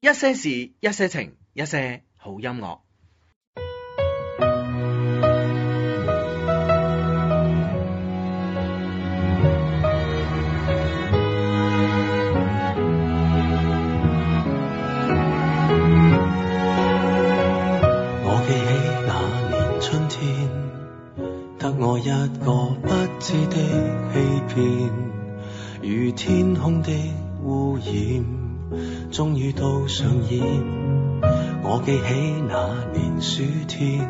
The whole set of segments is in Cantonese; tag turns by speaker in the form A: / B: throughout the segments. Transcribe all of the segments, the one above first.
A: 一些事，一些情，一些好音樂。
B: 我記起那年春天，得我一個不知的欺騙，如天空的污染，終於都上演。我記起那年暑天，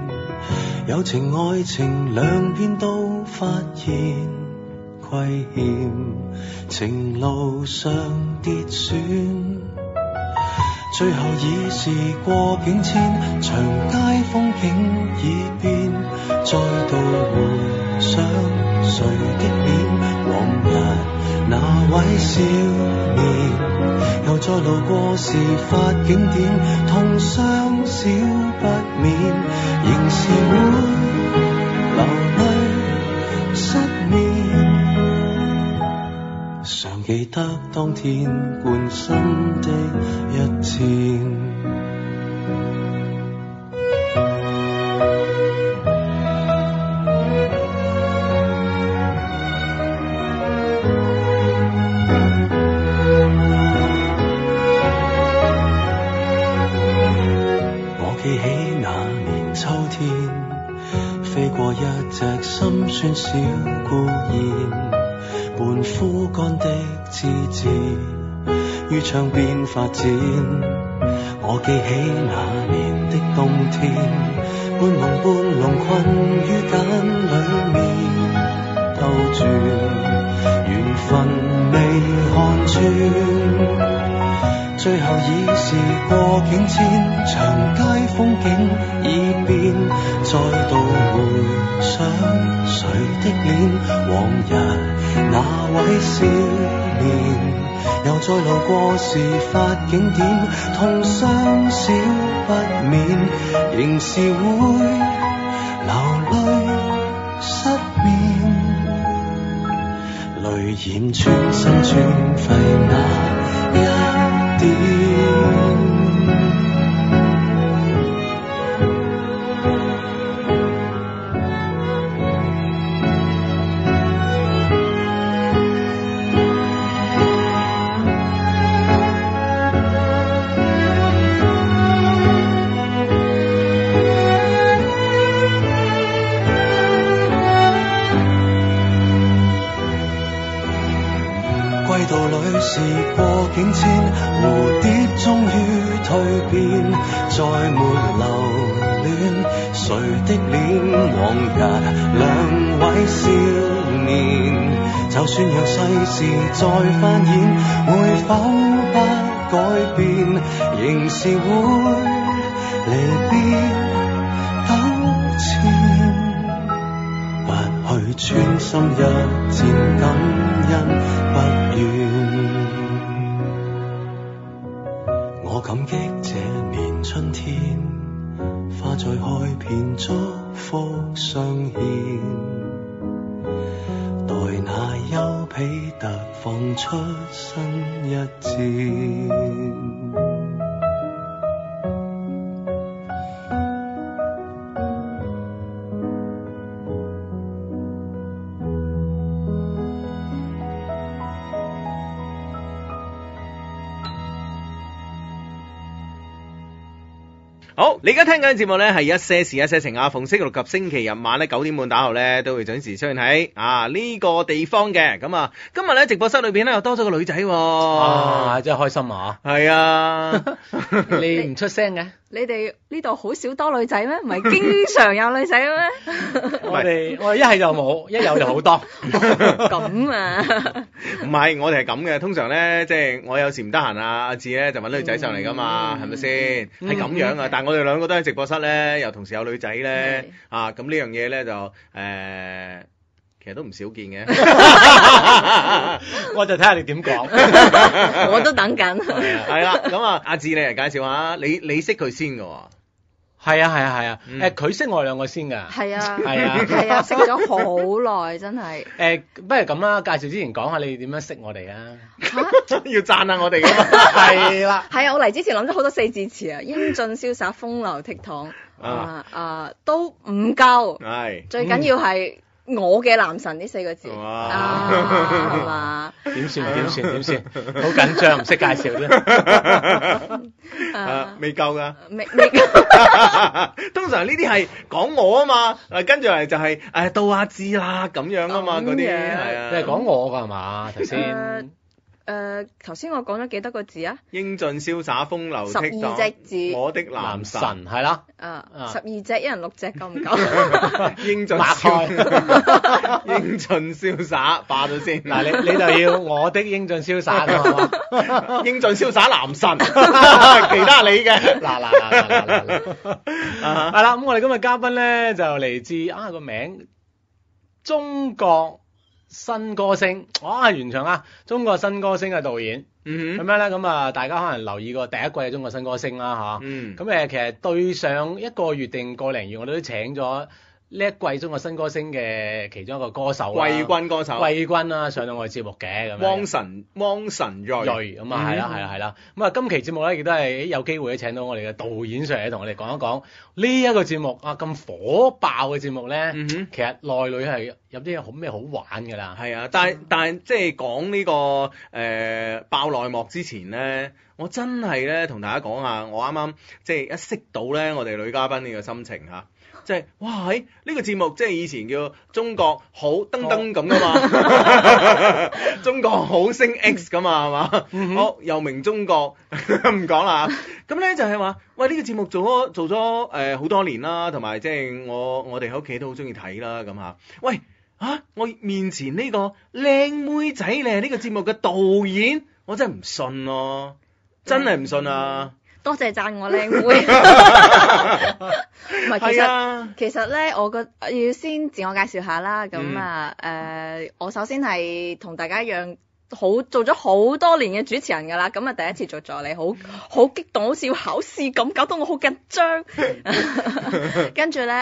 B: 友情愛情兩邊都發現虧欠，情路上跌損。最後已是過境遷，長街風景已變，再度回想誰的臉，往日那位少年，又再路過事發景點，痛傷少不免，仍是會流淚失眠。常記得當天貫心的一箭。我記起那年秋天，飛過一隻心酸小孤燕，半枯乾的枝節於窗邊發展。我記起那年的冬天，半夢半朧困於繭裏面兜轉，緣分未看穿。最後已是過境遷，長街風景已變，再度回想誰的臉，往日那位少年，又再路過事發景點，痛傷少不免，仍是會流淚失眠。淚染穿身穿肺那一點。季度裏事過境遷，蝴蝶終於蛻變，再沒留戀誰的臉。往日兩位少年，就算讓世事再翻演，會否不改變？仍是會離別糾纏。不去穿心一箭，感恩不怨。我感激這年春天，花再開遍，祝福相獻。待那丘比特放出新一箭。
A: 好，你而家聽緊嘅節目呢係一些事一些情啊，逢星期六及星期日晚呢，九點半打後呢，都會準時出現喺啊呢、個地方嘅。咁啊，今日呢，直播室裏邊呢，又多咗個女仔喎、
C: 啊，真係開心啊！
A: 係啊，
C: 你唔出聲嘅，
D: 你哋呢度好少多女仔咩？唔係經常有女仔咩？
C: 我哋我哋一係就 冇，一有就好多。
D: 咁啊，
A: 唔係，我哋係咁嘅。通常咧，即係我有時唔得閒啊，阿志咧就揾女仔上嚟噶嘛，係咪先？
C: 嗯
A: 係咁樣啊。但係我哋兩個都喺直播室咧，又同時有女仔咧
D: 係，
A: 啊咁呢樣嘢咧就誒、呃其實都唔少見 嘅。
C: 我就睇下你點講。
D: 我都等緊。
A: 啊係啦，咁啊，阿志你嚟介紹下，你你識佢先嘅喎。
C: 係啊係啊係啊，
A: 嗯
C: 誒佢識我哋兩個 先㗎。
D: 係啊，
C: 係啊
D: 係啊，識咗好耐，真係
C: 誒，不如咁啦，介紹之前講下你點樣識我哋啊？
D: 嚇。
A: 要讚下我哋噶 嘛。
C: 係啦，
D: 係啊，我嚟之前諗咗好多四字詞啊，英俊瀟灑、風流倜傥啊啊，都唔夠，
A: 係。
D: 最緊要係我嘅男神呢四個字
A: 哇
D: 啊，係嘛？
C: 點算點算點算，好緊張，唔識介紹啫。
A: 啊
D: 啊，
A: 未夠㗎。
D: 未 未
A: 通常呢啲係講我啊嘛，啊跟住嚟就係誒到阿志啦咁樣啊嘛，
D: 咁
A: 嗰啲
D: 樣
A: 係啊。
C: 你係講我㗎係嘛？頭
D: 誒
C: 先
D: 誒，呃頭先我講咗幾多個字啊？
A: 英俊瀟灑風流
D: 十
A: 倜
D: 二隻
A: 傥，
D: 字
A: 我的男
C: 男
A: 神
C: 神係啦，
D: 啊
C: 啊，
D: 十二隻一人六隻夠唔夠？
A: 英俊
C: 擘
A: 瀟
C: 開
A: 英俊瀟灑，霸咗 先。
C: 嗱，你你就要我的英俊瀟灑啊嘛 係嘛。
A: 英俊瀟灑男 神，其他你嘅。
C: 嗱嗱嗱嗱嗱嗱嗱，
A: 啊
C: 係啦，咁我哋今日嘉賓咧就嚟自啊個名中國新歌星，哇原唱啊，中國新歌星嘅導演，咁
A: 嗯哼
C: 樣咧咁啊，大家可能留意過第一季嘅中國新歌星啦
A: 嗯
C: 吓，咁誒其實對上一個月定個零月，我哋都請咗呢一季中國新歌星嘅其中一個歌手啦
A: 季軍啊歌手
C: 季軍啦，上到我哋節目嘅咁樣。
A: 汪晨汪晨睿，
C: 鋭咁啊，係
A: 嗯
C: 啦，係啦，係啦。咁啊，今期節目咧亦都係有機會咧請到我哋嘅導演上嚟同我哋講一講呢一個節目啊咁火爆嘅節目咧，
A: 嗯哼
C: 其實內裏係有啲好咩好玩㗎 啦。
A: 係啊，但係但係即係講呢個誒、呃爆內幕之前咧，我真係咧同大家講下，我啱啱即係一識到咧我哋女嘉賓呢個心情嚇。即係哇！喺呢、個節目即係以前叫中國好噔噔咁噶嘛， 中國好星 X 噶嘛係嘛？好又名中國 唔講啦。咁咧就係話，喂呢、個節目做咗做咗誒好多年啦，同埋即係我我哋喺屋企都好中意睇啦咁嚇。喂啊！我面前呢個靚妹仔，你係呢個節目嘅導演，我真係唔信咯，真係唔信啊！
D: 多謝讚我靚妹。 唔係，其
A: 係
D: 實。
A: 啊，
D: 其實咧，我個要先自我介紹下啦。咁啊，誒、我首先係同大家一樣，好做咗好多年嘅主持人㗎啦。咁啊，第一次做助理，好好激動，好似要考試咁，搞到我好緊 張。跟住咧，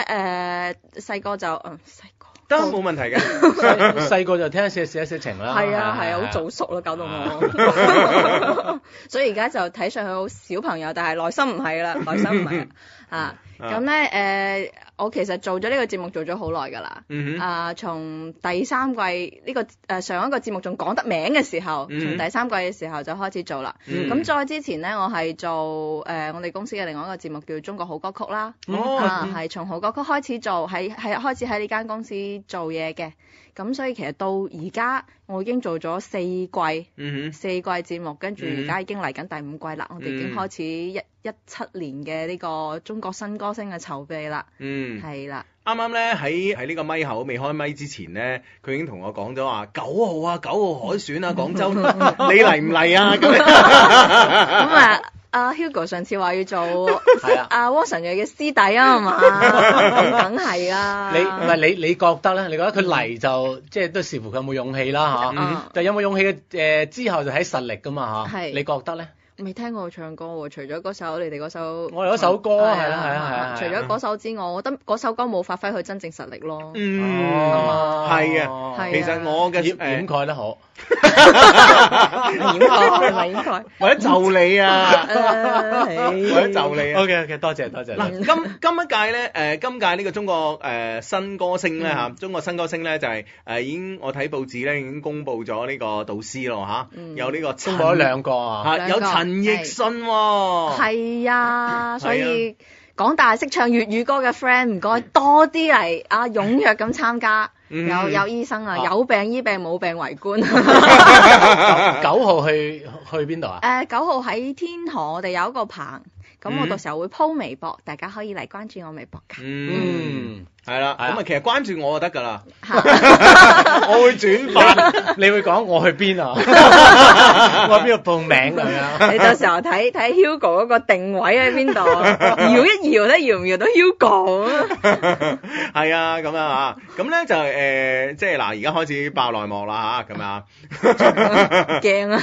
D: 誒細個就嗯細個，
A: 得冇問題嘅。
C: 細個就聽一些事一些情啦。
D: 係啊係啊，啊好早熟咯，搞到我。 所以而家就睇上去好小朋友，但係內心唔係啦，內心唔係 啦啊。咁咧誒，我其實做咗呢個節目做咗好耐㗎啦。
A: 嗯哼，
D: 啊、從第三季呢、個誒、呃上一個節目仲講得名嘅時候，
A: 嗯
D: 從第三季嘅時候就開始做啦。
A: 嗯
D: 咁、再之前呢，我係做誒、呃我哋公司嘅另外一個節目叫《中國好歌曲》啦。啊，
A: 哦，
D: 係從好歌曲開始做，喺係開始喺呢間公司做嘢嘅。咁所以其實到而家，我已經做咗四季
A: 嗯
D: 四季節目，跟住
C: 嗯
D: 而家已經嚟緊第五季啦。我哋已經
A: 嗯
D: 開始一一七年嘅呢個中國新歌星嘅籌備啦，
A: 哼，嗯，
D: 係 啦、
A: 啱啱咧喺喺呢個咪口未開咪之前咧，佢已經同我講咗話九號啊，九號海 選啊，廣州，你嚟唔嚟啊？咁樣
D: 咁啊，阿 Hugo 上次話要 做
C: 係啊。
D: 阿 Watson 嘅師弟啊 嘛，咁梗係啦。
C: 你唔係你你覺得咧？你覺得佢嚟就即係都視乎佢有冇勇氣啦
A: 嗯
C: 嚇。
D: 啊，
C: 但有冇勇氣嘅誒之後就睇實力㗎嘛嚇。
D: 係
C: 你覺得咧？
D: 未聽過我唱歌喎，除咗嗰首你哋嗰首，
C: 我哋嗰首歌係啦係啦係啦
D: 除咗嗰首之外，我覺得嗰首歌冇發揮佢真正實力咯。
A: 嗯，係
D: 係啊
A: 其實我嘅
C: 哦掩
A: 誒，
C: 掩蓋得好。
D: 掩蓋係咪掩 蓋？
A: 或者就你 啊，或者
D: 誒
A: 就你啊。
C: OK OK，多謝多謝。
A: 嗱，嗯今今一屆咧，誒、今屆呢個中國誒、新歌星
D: 嗯
A: 咧嚇、中國新歌星咧就係、誒、已經我睇報紙咧已經公布咗呢個導師咯嚇、
D: 嗯
A: 有呢個陳
C: 公布咗兩個啊，
A: 啊
D: 兩個
A: 有陳奕迅喎、哦
D: 係 啊，所以廣大識唱粵語歌嘅 friend 唔該多啲嚟啊，踴躍咁參加。
A: 嗯
D: 有有醫生啊，
C: 啊
D: 有病醫病，冇病 為官。
C: 九號去去邊度啊？
D: 誒九號喺天河，我哋有一個棚，咁我
A: 嗯
D: 到時候會鋪微博，大家可以嚟關注我微博㗎。
A: 嗯，
C: 嗯，
A: 系啦，
C: 係啊
A: 咁啊，其實關注我就得㗎啦，
D: 嚇
A: 我會轉發。
C: 嗯 你會講我去邊啊？ 我去邊度報名啊咁樣？
D: 你到時候睇睇 Hugo 嗰個定位喺邊度， 搖一搖咧，搖唔搖到 Hugo？
A: 係啊，咁樣啊，咁咧就诶、即係嗱，而家開始爆內幕啦吓，咁啊。
D: 驚 啊！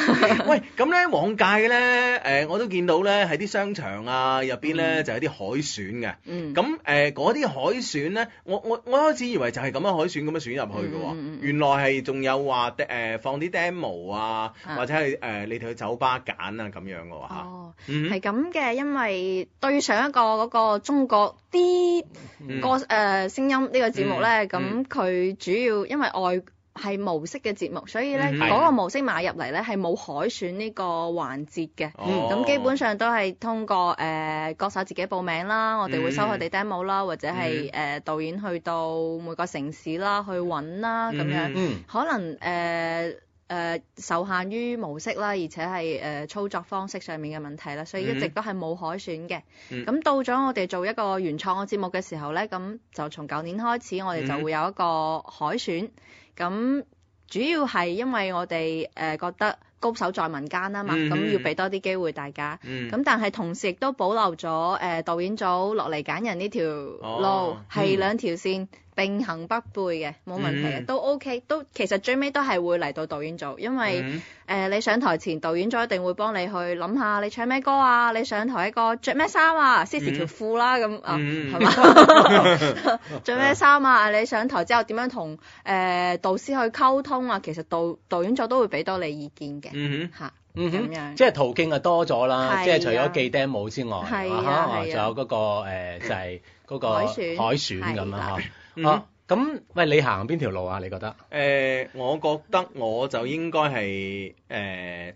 A: 喂，咁咧往屆咧，誒、我都見到咧喺啲商場啊入邊咧就有啲海選嘅。
D: 嗯，
A: 咁誒嗰啲海選咧，我我我一開始以為就係咁樣海選咁樣選入去嘅喎，
D: 嗯嗯嗯
A: 原來係仲有話誒、放啲 demo 啊，
D: 啊
A: 或者係誒、你哋去酒吧揀啊咁樣嘅喎嚇。
D: 哦，
A: 嗯
D: 係咁嘅，因為對上一個嗰個中國啲
A: 嗯
D: 歌誒聲音呢個節目咧，
A: 嗯
D: 咁佢主要因為外係無色嘅節目，所以咧
A: 嗯
D: 嗰個無色買入嚟咧係冇海選呢個環節嘅。
A: 哦
D: 嗯咁基本上都係通過誒、呃、歌手自己報名啦，我哋
A: 嗯
D: 會收佢哋 demo 啦，或者係誒、呃、導演去到每個城市啦去揾啦咁樣，
C: 嗯，
D: 可能誒。呃誒、呃受限於模式啦，而且係誒、呃操作方式上面嘅問題啦，所以一直
A: 嗯
D: 都係冇海選嘅。咁、
A: 嗯
D: 到咗我哋做一個原創嘅節目嘅時候呢，咁就從舊年開始，我哋
A: 嗯
D: 就會有一個海選。咁主要係因為我哋誒、呃、覺得高手在民間啊嘛，
A: 嗯
D: 咁、
A: 嗯
D: 要
A: 嗯
D: 俾多啲機會大家。
A: 嗯
D: 咁但係同時亦都保留咗誒、呃、導演組落嚟揀人呢條路
A: 哦
D: 係
C: 嗯
D: 兩條線並行不悖嘅，冇問題嘅，
A: 嗯
D: 都 OK，都其實最尾都係會嚟到導演組，因為誒、
A: 嗯
D: 呃你上台前導演組一定會幫你去諗下你唱咩歌啊，你上台一個着咩衫啊，先
A: 嗯
D: 至條褲啦咁啊，
A: 嗯
D: 係 嘛？着咩衫啊？你上台之後點樣同誒、呃、導師去溝通啊？其實導導演組都會俾到你意見嘅
A: 嗯
D: 嚇。
C: 嗯
D: 咁
C: 哼，
D: 樣
C: 即係途徑啊多咗
D: 係
C: 啦，
D: 啊
C: 即係除咗記 demo 之外，
D: 係啊係
C: 哈
D: 啊
C: 仲有嗰個誒就係嗰個
D: 海
C: 海
D: 選
C: 選咁樣
D: 係
C: 嚇
D: 啦。
A: 嗯
C: 啊，咁喂，你行邊條路啊？你覺得？
A: 誒、呃我覺得我就應該係誒、呃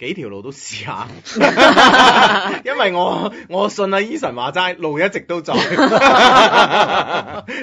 A: 幾條路都試 下，因為我我信阿 Eason 話齋，路一直 都在，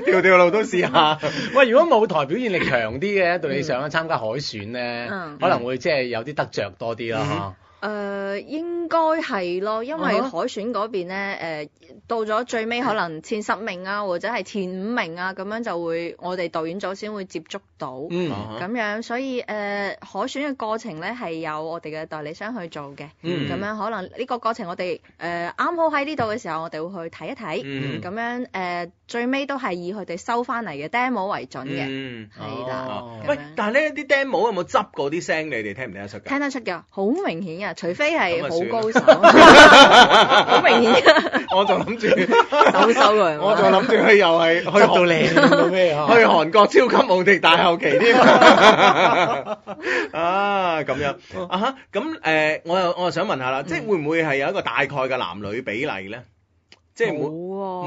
A: 條條路都試下。
C: 喂，如果舞台表現力強啲嘅，到你想參加海選咧，
D: 嗯
C: 可能會即係有啲得着多啲啦
D: 誒、應該係咯，因為
C: 啊哈嗯
D: 海選嗰邊咧，誒、到咗最尾可能前十名啊，或者係前五名啊，咁樣就會我哋導演組先會接觸到，咁、
A: 啊
C: 嗯
D: 樣，所以誒、呃海選嘅過程咧係有我哋嘅代理商去做嘅，咁、
C: 嗯
D: 樣可能呢個過程我哋誒啱好喺呢度嘅時候，我哋會去睇一睇，
A: 嗯
D: 咁、樣誒、呃最尾都係以佢哋收翻嚟嘅 demo 為準嘅，
A: 嗯
D: 係
A: 啊
D: 啦、
C: 哦
D: 咁
A: 喂
D: 樣，
A: 但係咧啲 demo 有冇執過啲聲？你哋聽唔聽得出㗎？
D: 聽得出㗎，好明顯㗎，除非係好高手，
A: 咁
D: 好明顯㗎，
A: 我就諗住，
D: 手手㗎。
A: 我就諗住佢又係去
C: 嚇，執到
A: 韓
C: 靚到咩啊？
A: 去韓國超級無敵大後期添啊！咁樣啊哈，咁誒、我又我又想問下啦，即係會唔會係有一個大概嘅男女比例咧？即係冇。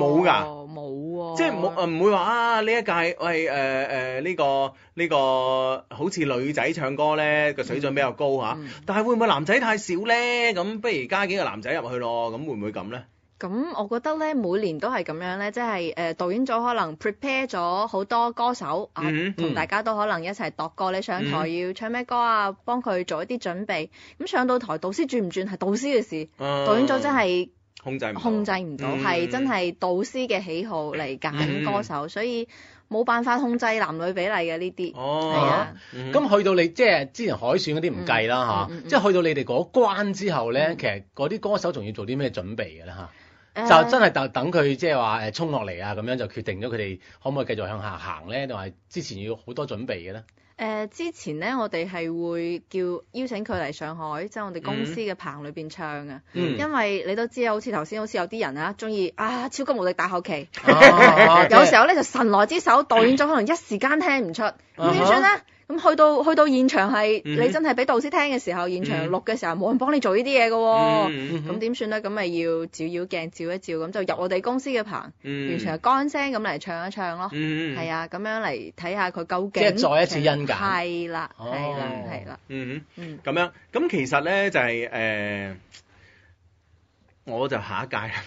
D: 冇啊
A: 冇㗎
D: 喎，冇喎，
A: 即係冇誒唔會話啊呢一屆喂誒誒呢個呢、個好似女仔唱歌咧個水準比較高嚇，
D: 嗯
A: 但係會唔會男仔太少咧？咁不如加幾個男仔入去咯，咁會唔會咁咧？
D: 咁我覺得咧，每年都係咁樣咧，即係誒導演組可能 prepare 咗好多歌手啊
A: 嗯，
D: 同大家都可能一齊度過你上台要唱咩歌啊，幫佢做一啲準備。咁上到台，導師轉唔轉係導師嘅事，導
A: 導
D: 演組真係
A: 啊控制唔到
D: 控制唔到，
A: 嗯
D: 係、真係導師嘅喜好嚟揀歌手，所以冇辦法控制男女比例嘅呢啲。係
A: 哦
D: 啊，
A: 嗯
C: 咁去到你即係之前海選嗰啲唔計啦
D: 嗯嗯嗯
C: 嚇，
D: 嗯
C: 即係去到你哋嗰關之後咧，
D: 嗯
C: 其實嗰啲歌手仲要做啲咩準備嘅咧嚇？
D: 誒
C: 就真係等等佢即係話誒衝落嚟啊，咁樣就決定咗佢哋可唔可以繼續向下行咧，定係之前要好多準備嘅咧？
D: 誒、之前咧，我哋係會叫邀請佢嚟上海，即係我哋公
A: 嗯
D: 司嘅棚裏邊唱啊。
C: 嗯
D: 因為你都知啊，好似頭先好似有啲人啊，中意啊超級無敵大後期，
A: 哦
C: 啊
D: 有時候咧就神來之手，導演咗可能一時間聽唔出，咁點算咧？咁去到去到現場係、
A: 嗯
D: 你真係俾導師聽嘅時候，現場
A: 嗯
D: 錄嘅時候冇人幫你做呢啲嘢嘅喎。
A: 嗯
C: 嗯
D: 咁點算咧？咁咪要照妖鏡照一照，咁就入我哋公司嘅棚，
A: 嗯
D: 完全係乾聲咁嚟唱一唱咯。
A: 嗯
D: 係啊，咁樣嚟睇下佢究
C: 即
D: 竟
C: 係再一次甄揀
D: 係啦，
C: 哦
D: 係啦，係啦，
A: 嗯
D: 嗯
A: 哼，咁樣咁其實咧就係、呃我就下一屆啦，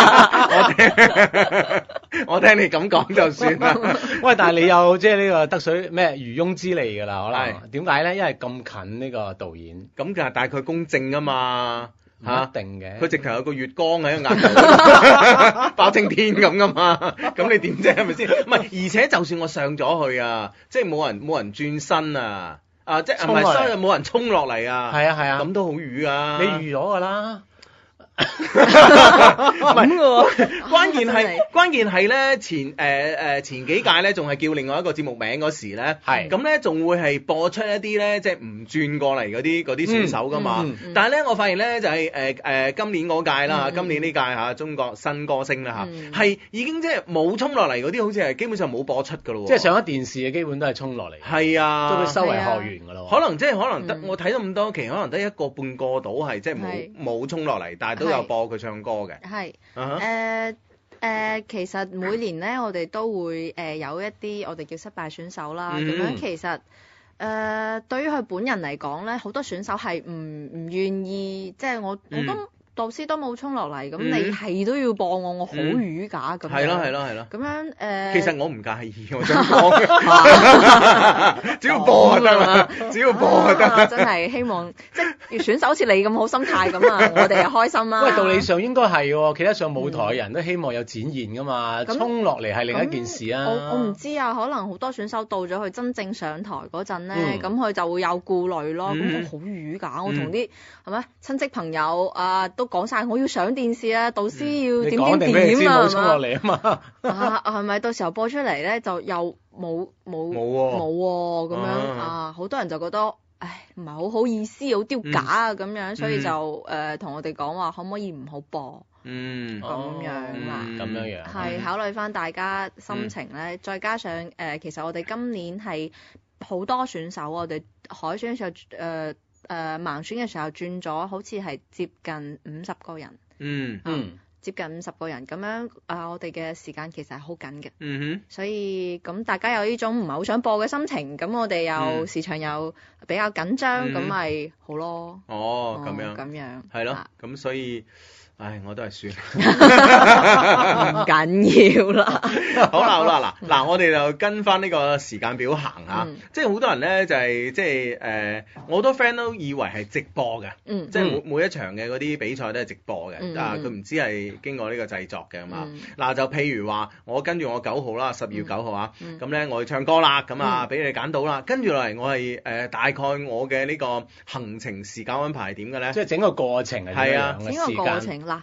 A: 我聽 我聽你咁講就算 啦。
C: 喂，但係你有即係呢個得水咩漁翁之利㗎啦，可能點解咧？因為咁近呢個導演，
A: 咁就係大概公正啊嘛，
C: 唔
A: 嚇
C: 一定嘅。
A: 佢直頭有個月光喺個額頭， 包青天咁噶嘛？咁你點啫？係咪先？唔係，而且就算我上咗去啊，即係冇人冇人轉身啊，啊即係唔
C: 衝落
A: 係
C: 嚟
A: 身冇人衝落嚟啊？
C: 係啊係啊
A: 咁，都好瘀啊！
C: 你預咗㗎啦。
D: 咁嘅喎，
A: 關鍵
D: 啊真
A: 係
D: 係
A: 關鍵係咧前誒誒、呃前幾屆咧仲係叫另外一個節目名嗰時咧，
C: 係
A: 咁咧仲會係播出一啲咧即係唔轉過嚟嗰啲嗰啲選手噶嘛。
C: 嗯嗯
D: 嗯
A: 但係咧我發現咧就係誒誒今年嗰屆啦，
D: 嗯嗯
A: 今年呢屆嚇中國新歌星啦
D: 嗯
A: 嚇，係、已經即係冇衝落嚟嗰啲，好似係基本上冇播出噶咯喎。
C: 即係上咗電視嘅基本都係衝落嚟，
A: 係
C: 都
A: 啊
C: 會。收為學員㗎咯。
A: 可能即係可能得
D: 嗯
A: 我睇咗咁多期，可能得一個半個到係即係冇
D: 係
A: 冇衝落嚟，但係都有
D: 係
A: 播佢唱歌嘅。
D: 係。
A: 啊哈
D: 誒誒，呃其實每年咧，我哋都會誒、呃有一啲我哋叫失敗選手啦。咁、
A: 嗯
D: 樣其實誒、對於佢本人嚟講咧，好多選手係唔唔願意，即係我我
A: 嗯
D: 都導師都冇衝落嚟，咁、
A: 嗯
D: 你係都要播我，我好
A: 嗯
D: 瘀㗎咁。
A: 係咯係。咯係咯。
D: 咁樣誒，呃
A: 其 實我唔介意，我想講，只要播就得啦，只要播就得
D: 哦啊
A: 啦。
D: 真係希望即係選手好似你咁好心態咁啊，我哋又開心啦。
C: 喂，道理上應該係喎，企得上舞台嘅人都希望有展現㗎嘛，
D: 咁
C: 衝落嚟係另一件事啊。
D: 我我唔知啊，可能好多選手到咗佢真正上台嗰陣咧
C: 嗯，
D: 咁佢、就會有顧慮咯。咁、
A: 嗯
D: 我好瘀㗎，我同啲係咪親戚朋友啊都講晒，我要上電視啊，導師要
C: 嗯你
D: 點
C: 講定俾
D: 點
C: 你知
D: 點
C: 冇
D: 啊，
C: 衝落
D: 係咪
C: 嚟啊嘛，
D: 啊？係咪到時候播出嚟咧就又冇冇
A: 冇喎
D: 冇喎咁樣
A: 啊
D: 啊？好多人就覺得。唉，唔係好好意思，好丟架啊咁樣，所
C: 嗯
D: 以就誒同、我哋講話，可唔可以唔好播？
A: 嗯
D: 咁樣啦
C: 嗯咁樣樣。
D: 係考慮翻大家心情
A: 嗯
D: 咧，再加上誒、呃其實我哋今年係好多選手，我哋海選嘅時候誒誒、呃呃盲選嘅時候轉咗，好似係接近五十個人，
A: 嗯
C: 嗯，
D: 接近五十個人咁樣啊、我哋嘅時間其實係好緊嘅，
A: 嗯
D: 所以咁大家有呢種唔係好想播嘅心情，咁我哋又、
A: 嗯
D: 市場又比較緊
A: 嗯
D: 張，咁咪、好咯。
A: 哼，哦咁樣，
D: 咁 樣
A: 係咯
D: 啊，
A: 咁所以，唉，我都係算啦。
D: 唔緊要啦。
A: 好啦好啦嗱嗱，我哋就跟翻呢個時間表行下
D: 嗯，
A: 即係好多人咧就係即係誒，我好多 friend 都以為係直播嘅。
D: 嗯，
A: 即係每每一場嘅嗰啲比賽都係直播嘅，
D: 嗯
A: 啊
D: 嗯
A: 佢唔知係經過呢個製作嘅嘛
D: 嗯。
A: 嗱、就譬如話，我跟住我九號啦，十二月九號啊，
D: 嗯
A: 咁咧、我去唱歌啦，咁啊俾你揀到啦。跟住落嚟我係誒、呃大概我嘅呢個行程時間安排係點嘅咧？
C: 即係整個過程係點
A: 係啊
C: 樣
D: 整個過
C: 嘅時間？
D: 程嗱，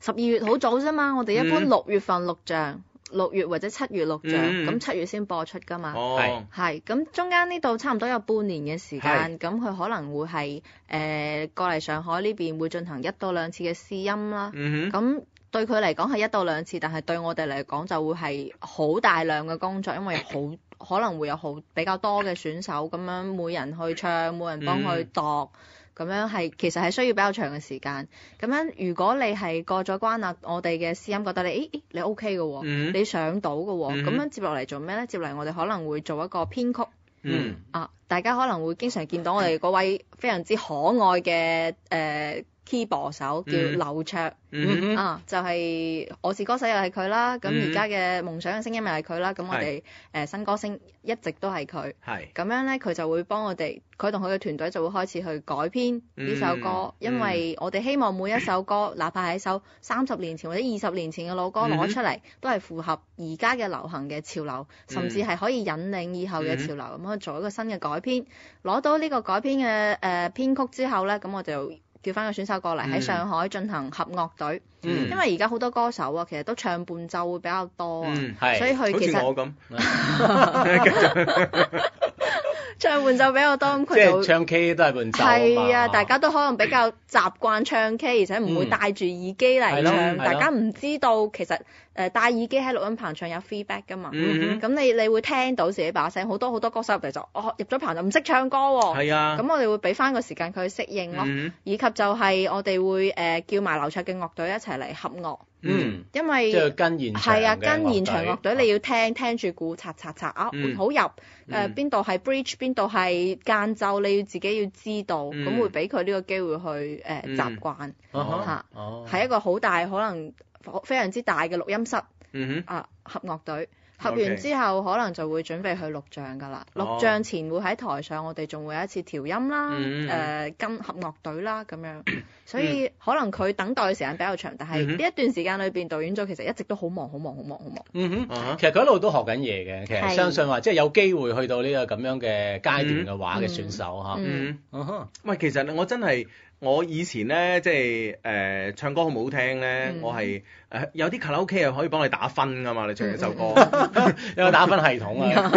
D: 十二月好早啫嘛，我哋一般
A: 嗯
D: 六月份錄像，六月或者七月錄像，
A: 嗯
D: 咁七月先播出噶嘛。
A: 哦，
D: 係，咁中間呢度差唔多有半年嘅時間，咁佢可能會係誒、呃、過嚟上海呢邊會進行一到兩次嘅試音啦。
A: 嗯哼，
D: 咁對佢嚟講係一到兩次，但係對我哋嚟講就會係好大量嘅工作，因為好可能會有好比較多嘅選手咁樣，每人去唱，每人幫
A: 嗯
D: 佢度。咁樣係其實係需要比較長嘅時間。咁樣如果你係過咗關啦，我哋嘅私音覺得你，咦咦你 OK 嘅喎，
A: 嗯
D: 哦你上到嘅喎，
A: 嗯
D: 咁、樣接落嚟做咩呢？接落嚟我哋可能會做一個編曲
A: 嗯，
D: 啊，大家可能會經常見到我哋嗰位非常之可愛嘅誒、呃 keyboard 手叫
A: 嗯
D: 劉卓。
A: 嗯
C: 嗯哼
D: 啊，就係、我是歌手又係佢啦，咁
A: 嗯
D: 而家嘅夢想嘅聲音又係佢啦，咁我哋誒、呃新歌星一直都係佢，
A: 哼，係，
D: 咁樣咧佢就會幫我哋，佢同佢嘅團隊就會開始去改編呢首歌，
A: 嗯
D: 因為我哋希望每一首歌，哪怕係一首三十年前或者二十年前嘅老歌
A: 嗯哼
D: 攞出嚟，都係符合而家嘅流行嘅潮流，
A: 嗯
D: 甚至係可以引領以後嘅潮流，咁去做一個新嘅改編。攞到呢個改編嘅誒編曲之後咧，咁我就叫翻個選手過嚟喺
A: 嗯
D: 上海進行合樂隊。
C: 嗯
D: 因為而家好多歌手啊，其實都唱伴奏會比較多啊，
A: 嗯，
C: 係
D: 所以佢
A: 好
D: 其
A: 似
D: 實
A: 我咁，
D: 唱伴奏比較多，咁
C: 即
D: 佢就
C: 係唱 K 都係伴奏嘛
D: 係啊，大家都可能比較習慣唱 K，而且唔會
C: 嗯
D: 戴住耳機嚟
C: 係咯
D: 唱，
C: 嗯係咯
D: 大家唔知道其實誒、呃戴耳機喺錄音棚唱有 feedback 噶嘛。
A: 嗯
D: 咁你你會聽到自己把聲，好多好多歌手入嚟就哦入咗棚就唔識唱歌
A: 哼，
D: 喎，
A: 係啊，
D: 哦咁我哋會俾翻個時間佢去適應咯，
A: 嗯
D: 以及就係我哋會誒、呃叫埋劉卓嘅樂隊一齊嚟合樂，
C: 嗯，
D: 因
C: 即係
D: 為
C: 跟現場
D: 係啊，
C: 嘅哦
D: 跟現場樂隊你
C: 要
D: 要聽聽住鼓，擦擦擦啊，
A: 嗯
D: 好入誒
A: 嗯
D: 邊度係 bridge，邊度係間奏，你要自己要知道，咁、
A: 嗯
D: 會俾佢呢個機會去誒、呃
A: 嗯
D: 習慣，嚇
C: 哦，
D: 啊係、一個好大可能非常之大嘅錄音室
A: 嗯
D: 啊，合樂隊合
A: OK
D: 完之後，可能就會準備去錄像㗎啦。
A: 哦
D: 錄像前會喺台上，我哋仲會有一次調音啦，
A: 嗯嗯嗯
D: 誒、跟合樂隊啦咁 樣。所以可能佢等待嘅時間比較長，但係
A: 嗯哼
D: 呢一段時間裏邊，導演組其實一直都好忙，好忙，好忙，好忙。
C: 嗯
A: 啊哈
C: 哼，其實佢一路都學緊嘢嘅，其實
D: 係
C: 相信話即係有機會去到呢個咁樣嘅階段嘅話
D: 嗯
C: 嘅選手嚇。
D: 嗯
A: 嗯。
C: 嗯哼
A: 喂，其實我真係我以前咧，即係誒、呃唱歌好唔好聽咧，
D: 嗯
A: 我係誒、呃有啲卡拉 OK 係可以幫你打分噶嘛，你
D: 嗯
A: 唱一首歌，
C: 有個打分系統啊。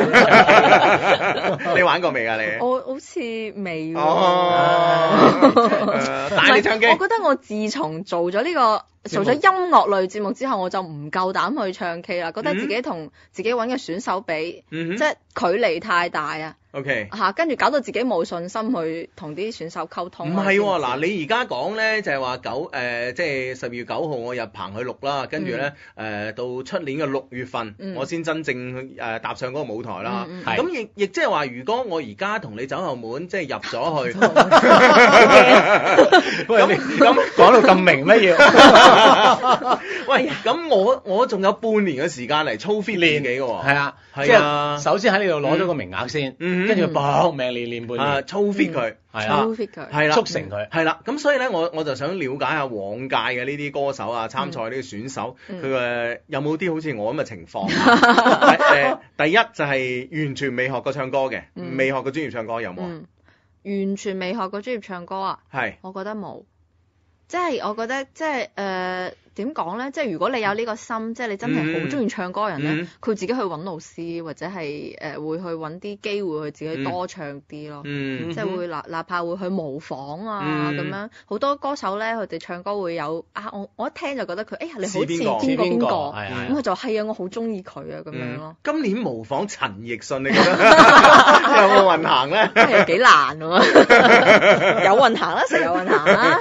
A: 你玩過未啊你？
D: 我好似未喎。
A: 哦， 呃
D: 唔
A: 打你唱機
D: 係，我覺得我自從做咗呢、個
A: 節目
D: 做咗音樂類節目之後，我就唔夠膽去唱 K 啦，覺得自己同自己揾嘅選手比，
A: 嗯
D: 即
A: 哼
D: 係距離太大啊！
A: ，OK。
D: 嚇，跟住搞到自己冇信心去同啲選手溝通。啊
A: 唔係喎，嗱你而家講咧就係話九誒，即係十二月九號我入棚去錄啦，跟住咧誒到出年嘅六月份，
D: 嗯
A: 我先真正誒、踏上嗰個舞台啦。
D: 嗯嗯
A: 咁亦亦即係話，如果我而家同你走後門，即係入咗
D: 嗯
A: 去，
C: 喂，你咁講到咁明 乜嘢？
A: 喂，咁我我仲有半年嘅時間嚟操 fit 自己嘅喎。
C: 係啊，即
A: 係啊
C: 係首先喺呢度攞咗個名額先，
A: 嗯
C: 跟住搏命練練半
A: 啊，
C: 年，
A: 操 fit 佢
C: 係
D: 好
C: 啊，
D: fit 佢。
A: 係啦，
C: 促成佢。
A: 係啦，咁所以咧，我我就想了解下往屆嘅呢啲歌手啊、參賽呢啲選手，佢
D: 嗯
A: 嘅有冇啲好似我咁嘅情 況啊？誒第一就係完全未學過唱歌嘅，
D: 嗯
A: 未學過專業唱歌有冇啊？
D: 嗯，完全未學過專業唱歌啊！
A: 係
D: 我覺得冇，即係我覺得即係誒點講咧？即係如果你有呢個心，即係你真係好中意唱歌嘅人咧，
A: 嗯
D: 佢自己去揾老師或者係誒、呃、會去揾啲機會去自己多唱啲咯。
A: 嗯
C: 嗯
D: 即係會哪哪怕會去模仿啊
A: 嗯
D: 咁、樣，好多歌手咧，佢哋唱歌會有啊，我我一聽就覺得佢，哎呀你
A: 似
D: 好似
A: 邊
D: 邊
A: 個
D: 個邊
C: 個？
D: 個，
C: 係
D: 咁
C: 係
D: 佢就係啊，我好中意佢啊咁樣
A: 嗯
D: 咯，，
A: 今年模仿陳奕迅，你覺 得 有冇運行咧
D: 真係有幾難喎， 有運行啦，實有運行啦。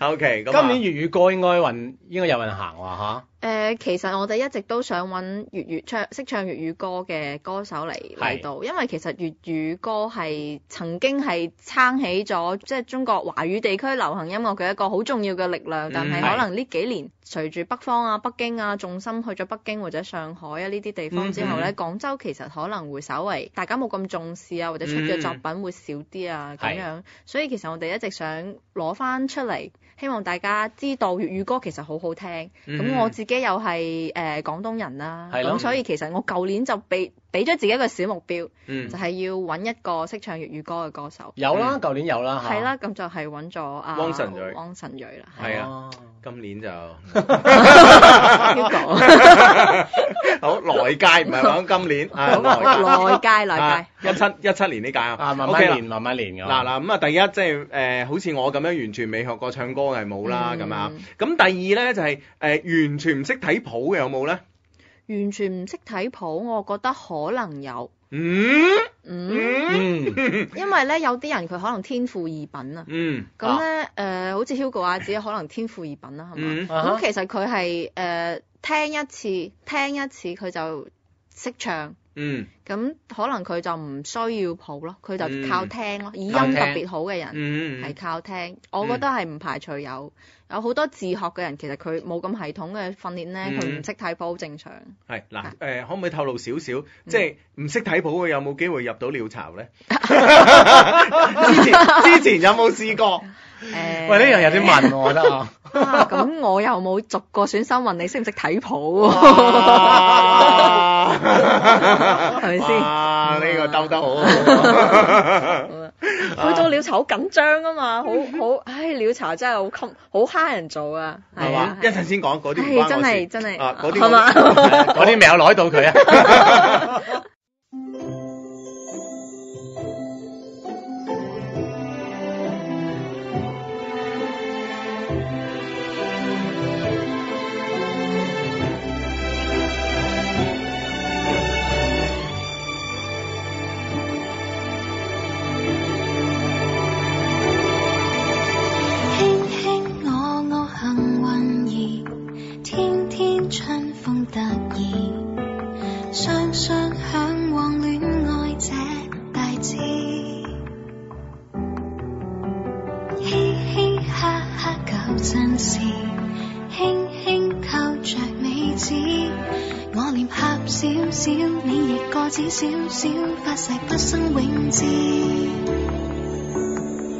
A: ？OK，咁
C: 今
A: 啊
C: 年粵語歌應該運應該有人行喎嚇。
D: 誒、呃其實我哋一直都想揾粵語唱識唱粵語歌嘅歌手嚟
C: 係
D: 嚟到，因為其實粵語歌係曾經係撐起咗即係中國華語地區流行音樂嘅一個好重要嘅力量，但係
A: 嗯
D: 可
C: 係
D: 能呢幾年隨住北方啊、北京啊重心去咗北京或者上海啊呢啲地方之後呢，
A: 嗯
D: 廣州其實可能會稍為大家冇咁重視啊，或者出
A: 嗯
D: 嘅作品會少啲啊咁
C: 係
D: 樣，所以其實我哋一直想攞翻出嚟，希望大家知道粵語歌其實好好聽。咁、
A: 嗯
D: 我自己又係誒、呃、廣東人啦，
C: 係咯
D: 咁所以其實我舊年就俾俾咗自己一個小目標，
A: 嗯
D: 就係要揾一個識唱粵語歌嘅歌手。
C: 有啦，舊年有啦嚇。
D: 係啦，咁就係揾咗啊
A: 啊汪晨蕊
D: 汪晨蕊 啦，
A: 係啊
C: 哦。
A: 今年就啊好
D: 呢個
A: 來屆，唔係講今年 啊，來屆
D: 內街內
A: 啊
D: 街，
A: 一七一七年呢屆啊
C: 啊，慢
A: OK
C: 慢
A: 啦
C: 練，慢慢練㗎。
A: 嗱嗱咁啊，第一即係誒，好似我咁樣完全未學過唱歌嘅冇啦
D: 嗯
A: 咁啊。咁第二咧就係誒完全唔識睇譜嘅有冇咧？
D: 完全唔識睇譜，我覺得可能有，
A: 嗯
D: 嗯，
A: 嗯
C: 嗯，
D: 因為咧有啲人佢可能天賦異稟啊，
A: 嗯
D: 咁咧誒好似 Hugo 阿子可能天賦異稟啦，係嘛？
A: 嗯
C: 啊
D: 咁
C: 哈
D: 其實佢係誒聽一次聽一次佢就識唱，
A: 嗯
D: 咁可能佢就唔需要譜咯，佢
A: 嗯
D: 就靠聽咯。耳音
C: 靠聽
D: 特別好嘅人
A: 嗯
D: 係靠聽，我覺得係唔排除有有好多自學嘅人，其實佢冇咁系統嘅訓練咧，
A: 嗯
D: 佢唔識睇譜好正常。
A: 係嗱誒，可唔可以透露少
D: 嗯
A: 少？即係唔識睇譜嘅有冇機會入到鳥巢 咧？之前之前有冇試過？
D: 誒，
C: 喂，呢樣有啲問喎，我覺 得啊。
D: 啊咁我又冇逐個選手問你識唔識睇 譜喎，
A: 係
D: 係咪先啊
A: 啊，呢個兜得好。
D: 去到鳥巢好緊張啊嘛，好好，唉，鳥巢真係好襟，好蝦人做啊，
A: 係
D: 係
A: 嘛
D: 啊？
A: 一。陣先講嗰啲唔
D: 唉
A: 關
D: 真
A: 我
D: 係
A: 事。
D: 真係，
A: 啊嗰啲
D: 係嘛？
C: 嗰啲未有攞到佢
A: 嗯
C: 啊。
E: 卿卿我我幸運兒，天天春風得意，雙雙享少少，你亦個子少少，發誓不生永志。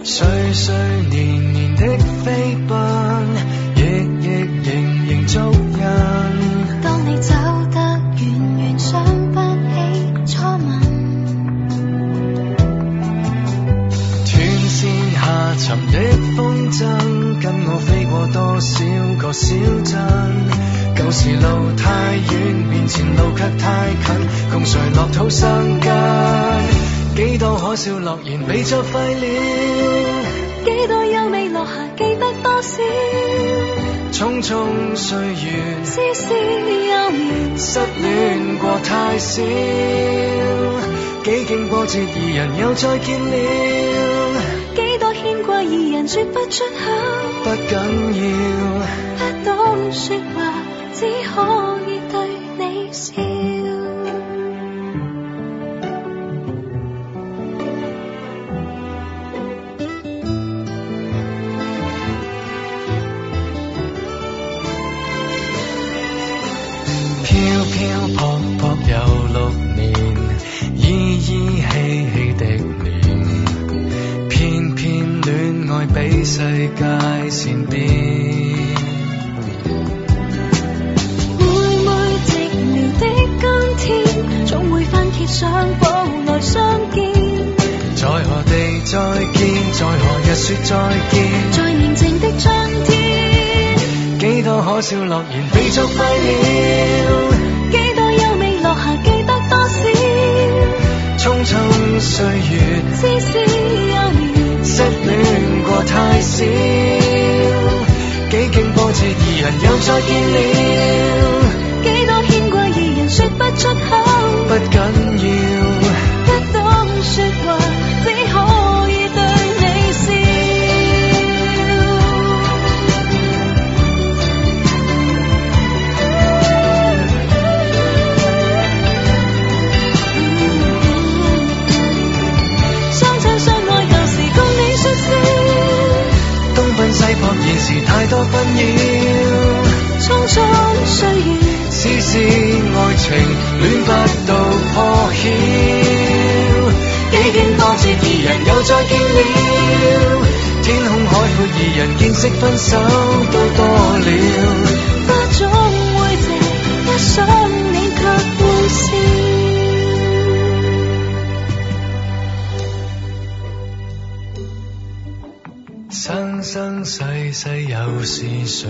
B: 歲歲年年的飛奔，役役營營足印。
E: 當你走得遠遠，想不起初吻，
B: 斷線下沉的風箏，跟我飛過多少個小鎮。舊時路太遠，面前路卻太近，共誰落土生根？幾多可笑諾言被作廢了，
E: 幾多優美落霞記得多少，
B: 匆匆歲月，
E: 絲絲幼苗。
B: 失戀過太少。幾經波折，二人又再見了，
E: 幾多牽掛，二人說不出口，
B: 不緊要。
E: 不懂說話，只可以對你笑。
B: 飄飄泊泊有六年，依依稀稀的臉，偏偏戀愛比世界善變。
E: 每每寂寥的今天，總會翻揭相簿來相見，
B: 在何地再見，在何日說再見？
E: 在寧靜的春天，
B: 幾多可笑諾言被作廢了，
E: 幾多優美落霞記得多少，
B: 匆匆歲月，
E: 絲絲幼苗。
B: 失戀過太少。幾經波折，二人又再見了。
E: 幾多牽掛，二人說不出口，
B: 不緊要，
E: 不懂說話，只可以對你笑。相親相愛舊時共你説笑，
B: 東奔西撲，現時太多紛擾，
E: 匆匆歲月。
B: 絲絲愛情戀不到破曉。幾經波折，二人又再見了，天空海闊，二人見識分手都多了。
E: 花總會謝，一想你卻會笑。
B: 生生世世又是誰？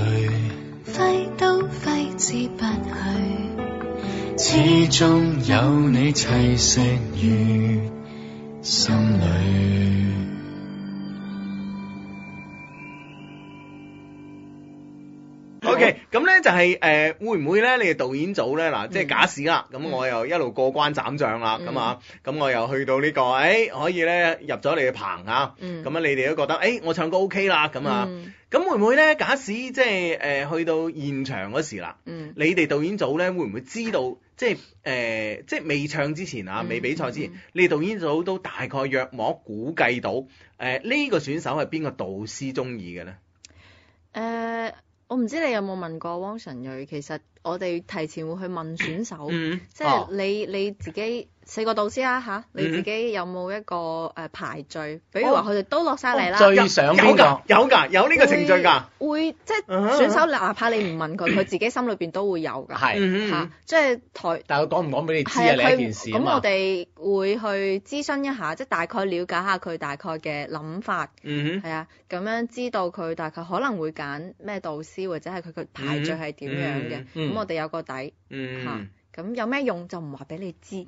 E: 揮都揮之不去，
B: 始終有你棲息於心裏。
A: OK，咁咧就係、诶誒、會唔會咧？你哋導演組咧
D: 嗯
A: 嗱，即係假使啦，咁我又一路過關斬將啦，咁啊、咁我又去到呢、個，誒、可以咧入咗你嘅棚啊，
D: 嗯
A: 咁啊你哋都覺得，誒、我唱歌 OK 啦，咁啊，
D: 嗯
A: 咁、會唔會咧？假使即係誒、呃去到現場嗰時啦，
D: 嗯
A: 你哋導演組咧會唔會知道，即係誒、即係未唱之前啊，
D: 嗯
A: 未比賽之前，
D: 嗯
A: 你哋導演組都大概約摸估計到，誒、呢、個選手係邊個導師中意嘅咧？
D: 誒、呃我唔知你有冇問過汪晨瑞，其實我哋提前會去問選手，
A: 嗯，
D: 即係你你自己四個導師啦吓，你
A: 嗯哦
D: 自己有冇一個誒、排序？比如話佢哋都落晒嚟啦。
C: 哦最你想邊個
A: 有㗎有㗎有呢個程序㗎。
D: 會會即係
A: 嗯
D: 選手，哪怕你唔問佢，佢自己心裏邊都會有㗎嚇、
C: 係，
A: 嗯嗯
D: 即係台
C: 但係佢講唔講俾你知
D: 係
C: 啊？
D: 啊，
C: 你一
D: 佢
C: 件事啊
D: 咁
C: 嘛
D: 我。哋會去諮詢一下，即係大概了解下佢大概嘅諗法，
A: 嗯
D: 係啊，咁樣知道佢大概可能會揀咩導師或者係佢嘅排序係點樣嘅，咁、
C: 嗯嗯
D: 我哋有個底
A: 嗯，
D: 咁有咩用就唔話俾你知。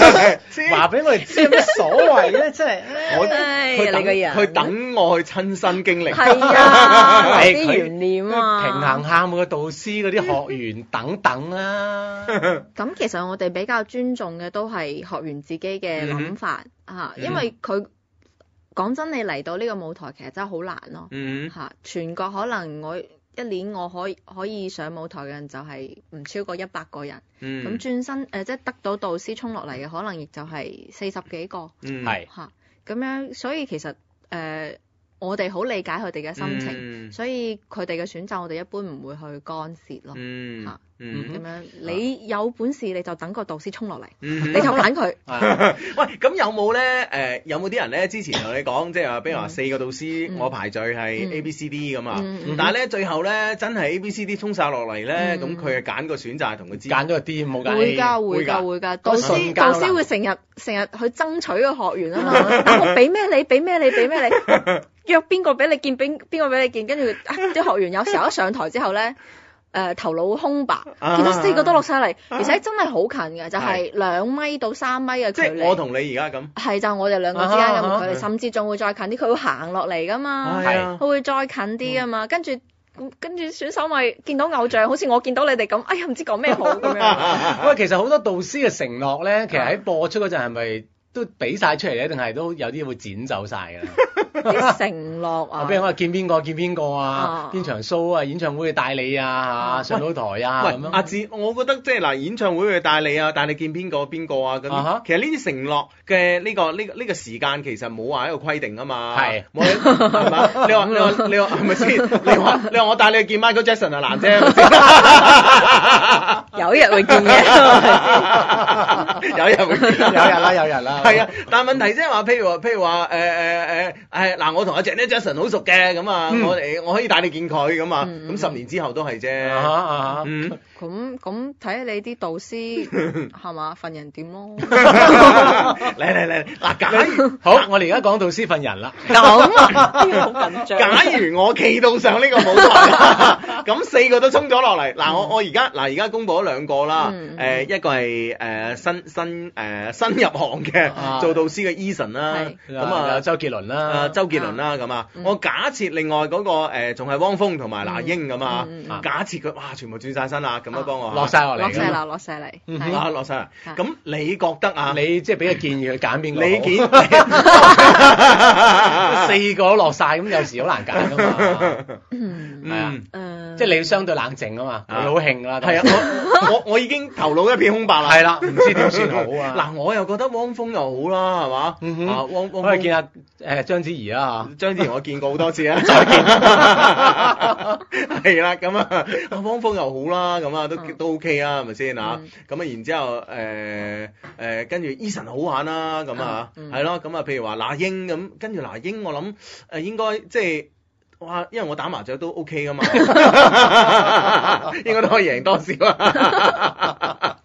C: 話俾我哋知有咩所謂咧？真係，
A: 我
D: 唉
A: 佢等
D: 你個人
A: 佢等我去親身經歷，
D: 係啊，
C: 係
D: 有啲
C: 佢
D: 懸念啊，
C: 平衡。下每個導師嗰啲學員等等啊啦。
D: 咁其實我哋比較尊重嘅都係學員自己嘅諗法嚇、啊因為佢講真，你嚟到呢個舞台其實真係好難咯
A: 嗯
D: 嚇、全國可能我一年我可以可以上舞台嘅人就係唔超過一百個人，咁、
A: 嗯
D: 轉身誒、呃即係得到導師衝落嚟嘅可能亦就係四十幾個
A: 嗯
C: 係
D: 嚇，咁樣所以其實誒、呃我哋好理解佢哋嘅心情，
A: 情
D: 所以佢哋嘅選擇我哋一般唔會去干涉咯。
A: 嗯
D: 嚇
A: 嗯
D: 咁樣你有本事你就等個導師衝落嚟，
A: 嗯
D: 你就揀佢。
C: 啊
A: 喂，咁有冇咧？誒，有冇啲人咧？之前同你講，即係話，比如話四個導師，
D: 嗯
A: 我排序係
D: 嗯
A: A、B、C、D 咁啊。
D: 嗯
A: 但係咧，最後咧，真係 A、B、C、D 衝晒落嚟咧，
D: 嗯
A: 咁佢係揀個選擇係同佢知。
C: 揀咗個 D 冇揀 A，
D: 會㗎
A: 會
D: 會
A: 㗎
D: 㗎會㗎，導師
C: 信交
D: 導
C: 流
D: 師會成日成日去爭取個學員啊嘛，等我俾咩你俾咩你俾咩你，約邊個俾你見邊邊個俾你見，跟住啊啲學員有時候一上台之後咧。誒、頭腦空白，
A: 啊
D: 見到四個都落晒嚟，而且真係好近嘅，就係兩米到三米嘅距
A: 即係我
D: 離，
A: 同你而家咁。
D: 係就我哋兩個之間
C: 啊
D: 咁
C: 啊
D: 距離，甚至仲會再近啲，佢會行落嚟噶嘛。
A: 係啊嗯
D: 佢會再近啲啊嘛，跟住跟住選手咪見到偶像，好似我見到你哋咁，哎呀唔知講咩好咁樣。
C: 喂，其實好多導師嘅承諾咧，
A: 啊
C: 其實喺播出嗰陣係咪都俾晒出嚟咧？定係都有啲會剪走晒㗎啦？
D: 啲承諾
C: 啊，
D: 啊
C: 比，如我話見邊個見邊個啊
D: 啊，
C: 邊場 show 啊，演唱會帶你啊，
D: 啊
C: 上到台啊咁
A: 喂，阿
C: 樣。
A: 志，我覺得即係嗱，演唱會佢帶你啊，帶你見邊個邊個啊
C: 啊哈
A: 咁。其實呢啲承諾嘅呢個呢個呢個時間其實冇話一個規定啊嘛。
C: 係
A: 冇一係 嘛？你話你話你話係咪先？你話你話我帶你去見 Michael Jackson 啊難啫。係咪先
D: 有一日會見 嘅。
A: 有人會見
C: 有日啦，有日啦。
A: 係啊，但係問題即係話，譬如話，譬如話，誒誒誒，係嗱，我同阿 Janet Jackson 好熟嘅，咁啊，
C: 嗯
A: 我哋我可以帶你見佢咁啊，
D: 嗯
A: 咁十年之後都係
C: 啊哈
A: 啫。
C: 啊哈
A: 嗯，
D: 咁咁睇下你啲導師係嘛，份人點咯？
A: 嚟嚟嚟，嗱，假如
C: 好，我哋而家講導師份人啦。
D: 咁啊，哎呀好緊張。
A: 假如我企到上呢個舞台， 咁四個都衝咗落嚟。嗱，我我而家嗱而家公佈咗兩個啦
D: 嗯，
A: 誒一個係誒新新誒新入行嘅
C: 啊
A: 做導師嘅 Eason 啦，咁
C: 咁啊，
A: 啊
C: 有。周杰倫
A: 啊
C: 啦，
A: 周杰倫啦咁啊，
D: 嗯
A: 我假設另外嗰個誒仲係汪峰同埋那英咁啊
D: 嗯嗯，啊
C: 嗯
A: 假設佢哇全部轉晒身啦，咁樣幫我
C: 落晒落嚟
D: 落
C: 㗎
D: 晒
C: 嘛。
D: 啦，落晒嚟。
C: 嗯
D: 係
A: 啊落晒啦。
D: 啊
A: 咁你覺得啊？
C: 你即係俾個建議佢揀邊個好？
A: 你見
C: 四個都落晒，咁有時好難揀㗎嘛。
D: 嗯
C: 係啊
A: 嗯
D: 誒
C: 即係你要相對冷靜啊嘛，
A: 啊
C: 佢好興啦。
A: 係啊，我我我已經頭腦一片空白啦。
C: 係啦，唔知點算好啊。
A: 嗱，我又覺得汪峰又好啦，係嘛？
C: 嗯哼
A: 啊，汪汪
C: 我哋
A: 峰
C: 見下誒章子怡啊啦
A: 張之前我見過好多次啊， 再見係啦，咁啊，阿汪峰又好啦，咁啊都
D: 嗯
A: 都 OK 啊，係咪先啊
D: 嗯？
A: 咁啊，然之後誒誒，跟住 Eason 好玩啦，咁啊，
D: 嗯嗯
A: 係咯，咁啊，譬如話那英咁，跟住那英我諗誒應該即係。哇！因為我打麻雀都 OK 噶嘛， 應該都可以贏多少啊？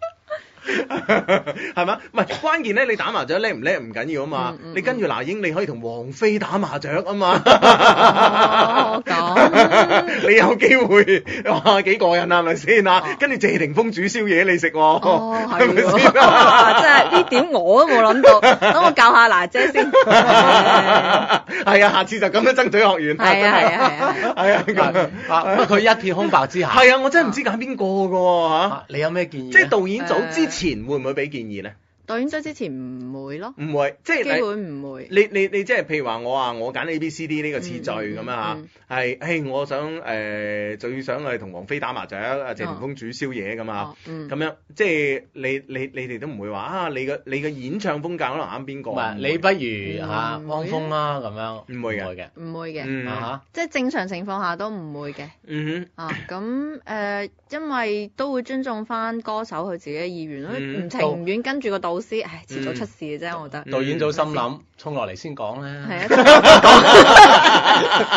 A: 係嘛？唔係關鍵咧，你打麻雀叻唔叻唔緊要啊嘛
D: 嗯。嗯
A: 你跟住那英，你可以同王菲打麻雀啊 嘛。
D: 哦咁
A: 你有機會哇幾過癮啊？係咪先啊
D: 哦？
A: 跟住謝霆鋒煮宵夜你食喎，
D: 哦，係
A: 係咪
D: 喎，
A: 先
D: 哇 真係呢點我都冇諗到，等我教下娜姐先。係
A: 係啊，下次就咁樣爭取學員啦。
D: 啊係啊係啊。
A: 係啊，
C: 嚇，
A: 咁
C: 啊不過佢一片空白之下，
A: 係啊，我真係唔知揀邊個㗎喎嚇
C: 啊你有咩建議啊？
A: 即係導演組之前會唔會俾建議咧？
D: 導演組之前唔會咯，
A: 唔會，即
D: 基
A: 係
D: 本唔會。
A: 你你你你即係譬如話我話我揀 A B C D 呢個次序咁樣嚇
D: 嗯嗯，
A: 係誒我想誒最想係同王菲打麻雀，啊謝霆鋒煮宵夜咁啊。
D: 哦，嗯，
A: 咁樣即係你你你哋都唔會話啊，你嘅你嘅演唱風格可能啱邊個
C: 唔
A: 啊？
C: 係你不如嚇
D: 嗯
C: 汪峰啦咁樣，
A: 唔會嘅
C: 嘅
D: 唔會嘅，
A: 嗯
C: 啊
D: 即係正常情況下都唔會嘅。
A: 嗯
D: 啊，咁誒、呃因為都會尊重翻歌手佢自己嘅意願咯，
A: 嗯
D: 唔情願跟住個導師，唉，遲早出事嘅啫，我覺得
A: 嗯
C: 嚇，導演組心諗衝落嚟先講啦，
D: 係 啊，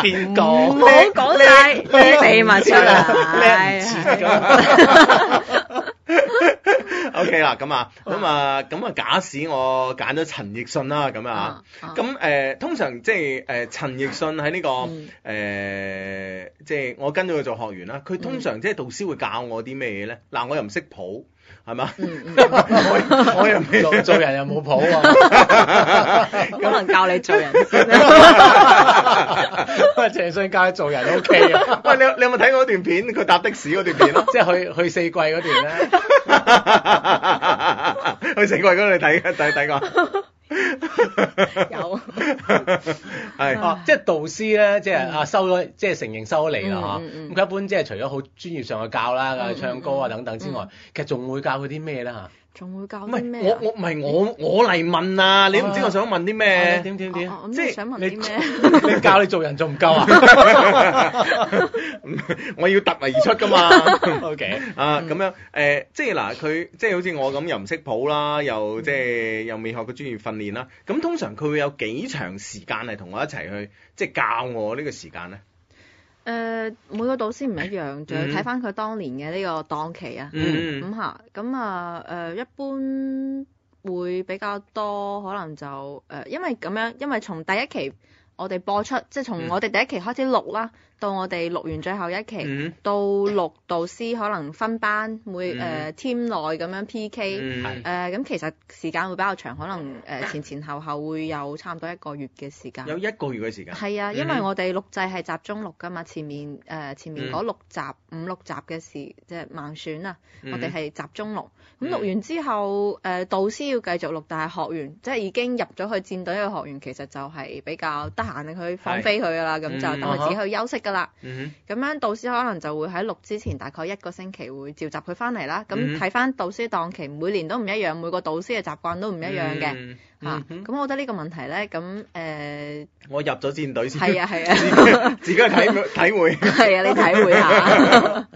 C: 邊
D: 唔
C: 個
D: 好講晒秘密出
A: 叻唔
D: 嚟，
A: 切
D: 係啊
A: 哼，OK 啦，咁啊，
D: 嗯
A: 咁啊，咁啊，假使我揀咗陳奕迅啦，咁啊，，
D: 啊
A: 咁誒、呃通常即係誒陳奕迅喺呢、個誒
D: 嗯、
A: 即係我跟咗佢做學員啦，
D: 嗯
A: 佢通常即係導師會教我啲咩嘢咧？嗱，我又唔識譜，係嘛？
D: 嗯嗯嗯
A: 我我又未
C: 做 做人又冇譜啊喎，
D: 可能教你 做人先啦。
C: 鄭信佳做人 O K 啊，
A: 喂，你有你有冇睇過嗰段片？佢搭的士嗰段片啊？
C: 即係去去四季嗰段咧，
A: 去成貴嗰度睇睇睇
D: 啊
A: 過，
D: 有，
A: 係
D: 啊
C: 哦，即係導師咧，即係啊收咗，即係承認收咗你啦
D: 嗯嗯
C: 嚇。咁
D: 嗯
C: 佢一般即係除咗好專業上嘅教啦，
D: 嗯嗯
C: 啊唱歌啊等等之外，其實仲會教佢啲咩咧嚇？
D: 仲會教
A: 哦唔
D: 啲
A: 係
D: 咩
A: 我
D: 啊？
A: 我唔係我我嚟問啊！你都唔知我想問啲
C: 啊你
A: 咩？
C: 點點點
D: 哦，哦咁
A: 即係
D: 你想問啲咩？
C: 你你教你做人仲唔夠啊
A: 我要突圍而出噶嘛！
C: ？OK，
D: 嗯
A: 啊，咁樣誒、即係嗱，佢即係好似我咁，又唔識譜啦，
D: 嗯
A: 又即係又未學過專業訓練啦。咁通常佢會有幾長時間係同我一齊去，即係教我呢個時間咧？
D: 誒、呃每個導師唔一樣，仲要
A: 嗯
D: 睇翻佢當年嘅呢個檔期啊。
A: 嗯
D: 咁嚇，咁啊誒，一般會比較多，可能就誒、因為咁樣，因為從第一期我哋播出，即係從
A: 嗯
D: 我哋第一期開始錄啦，到我哋錄完最後一期，
A: 嗯
D: 到錄導師可能分班，每誒、
A: 嗯
D: team 內咁樣 PK、
A: 嗯
D: 呃誒咁、其實時間會比較長，可能誒、呃前前後後會有差唔多一個月嘅時間。
A: 有一個月嘅時間。
D: 係啊，因
A: 嗯
D: 為
A: 哼
D: 我哋錄製係集中錄噶嘛，前面誒、呃前面
A: 嗯
D: 嗰六集、五六集嘅事即係盲選啊，我哋
A: 嗯
D: 係集中錄。咁
A: 嗯
D: 錄完之後，誒、導師要繼續錄，但係學員即係已經入咗去戰隊嘅學員，其實就係比較得閒，佢放
A: 係
D: 飛佢噶啦，咁
A: 嗯
D: 就等佢自己去休息噶啦。
A: 嗯
D: 咁樣導師可能就會喺錄之前大概一個星期會召集佢翻嚟啦。
A: 嗯
D: 咁睇翻導師檔期，每年都唔一樣，每個導師嘅習慣都
A: 哼
D: 唔一樣嘅
A: 嗯
D: 嚇。咁、
A: 嗯哼
D: 我覺得呢個問題咧，咁 誒
A: 我入咗戰隊先。
D: 係啊係啊。
A: 自己去體 會體會。
D: 係啊，你體 會下。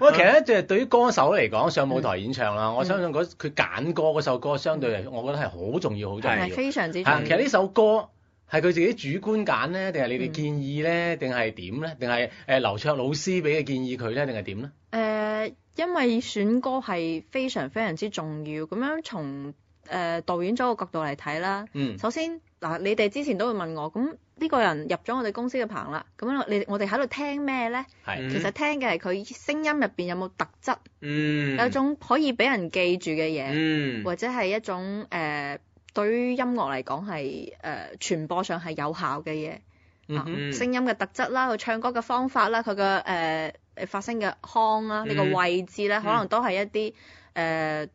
C: 喂，其實咧，就係對於歌手嚟講，上舞台演唱
D: 嗯
C: 啦，我相信嗰佢揀歌嗰首歌，相對嚟，我覺得係好重要，好重要
D: 係。非常之重
C: 係啊，其實
D: 要。
C: 呢首歌係佢自己主觀揀咧，定係你哋
D: 嗯
C: 建議咧，定係點咧？定係誒劉卓老師俾嘅建議佢咧，定係點咧？
D: 誒、呃因為選歌係非常非常之重要，咁樣從誒、導演組嘅角度嚟睇啦。
C: 嗯，
D: 首先嗱，你哋之前都會問我，咁呢個人入咗我哋公司嘅棚啦，咁你我哋喺度聽咩呢？
C: 係
D: 其實聽嘅係佢聲音入邊有冇特質，
A: 嗯。
D: 有種可以俾人記住嘅嘢，
A: 嗯。
D: 或者係一種誒、對於音樂嚟講係誒傳播上係有效嘅嘢。
C: 嗯
D: 啊
C: 哼
A: 嗯
D: 聲音嘅特質啦，佢唱歌嘅方法啦，佢嘅誒誒發聲嘅腔啦，呢個
A: 嗯
D: 位置咧，可能都係一啲誒、呃、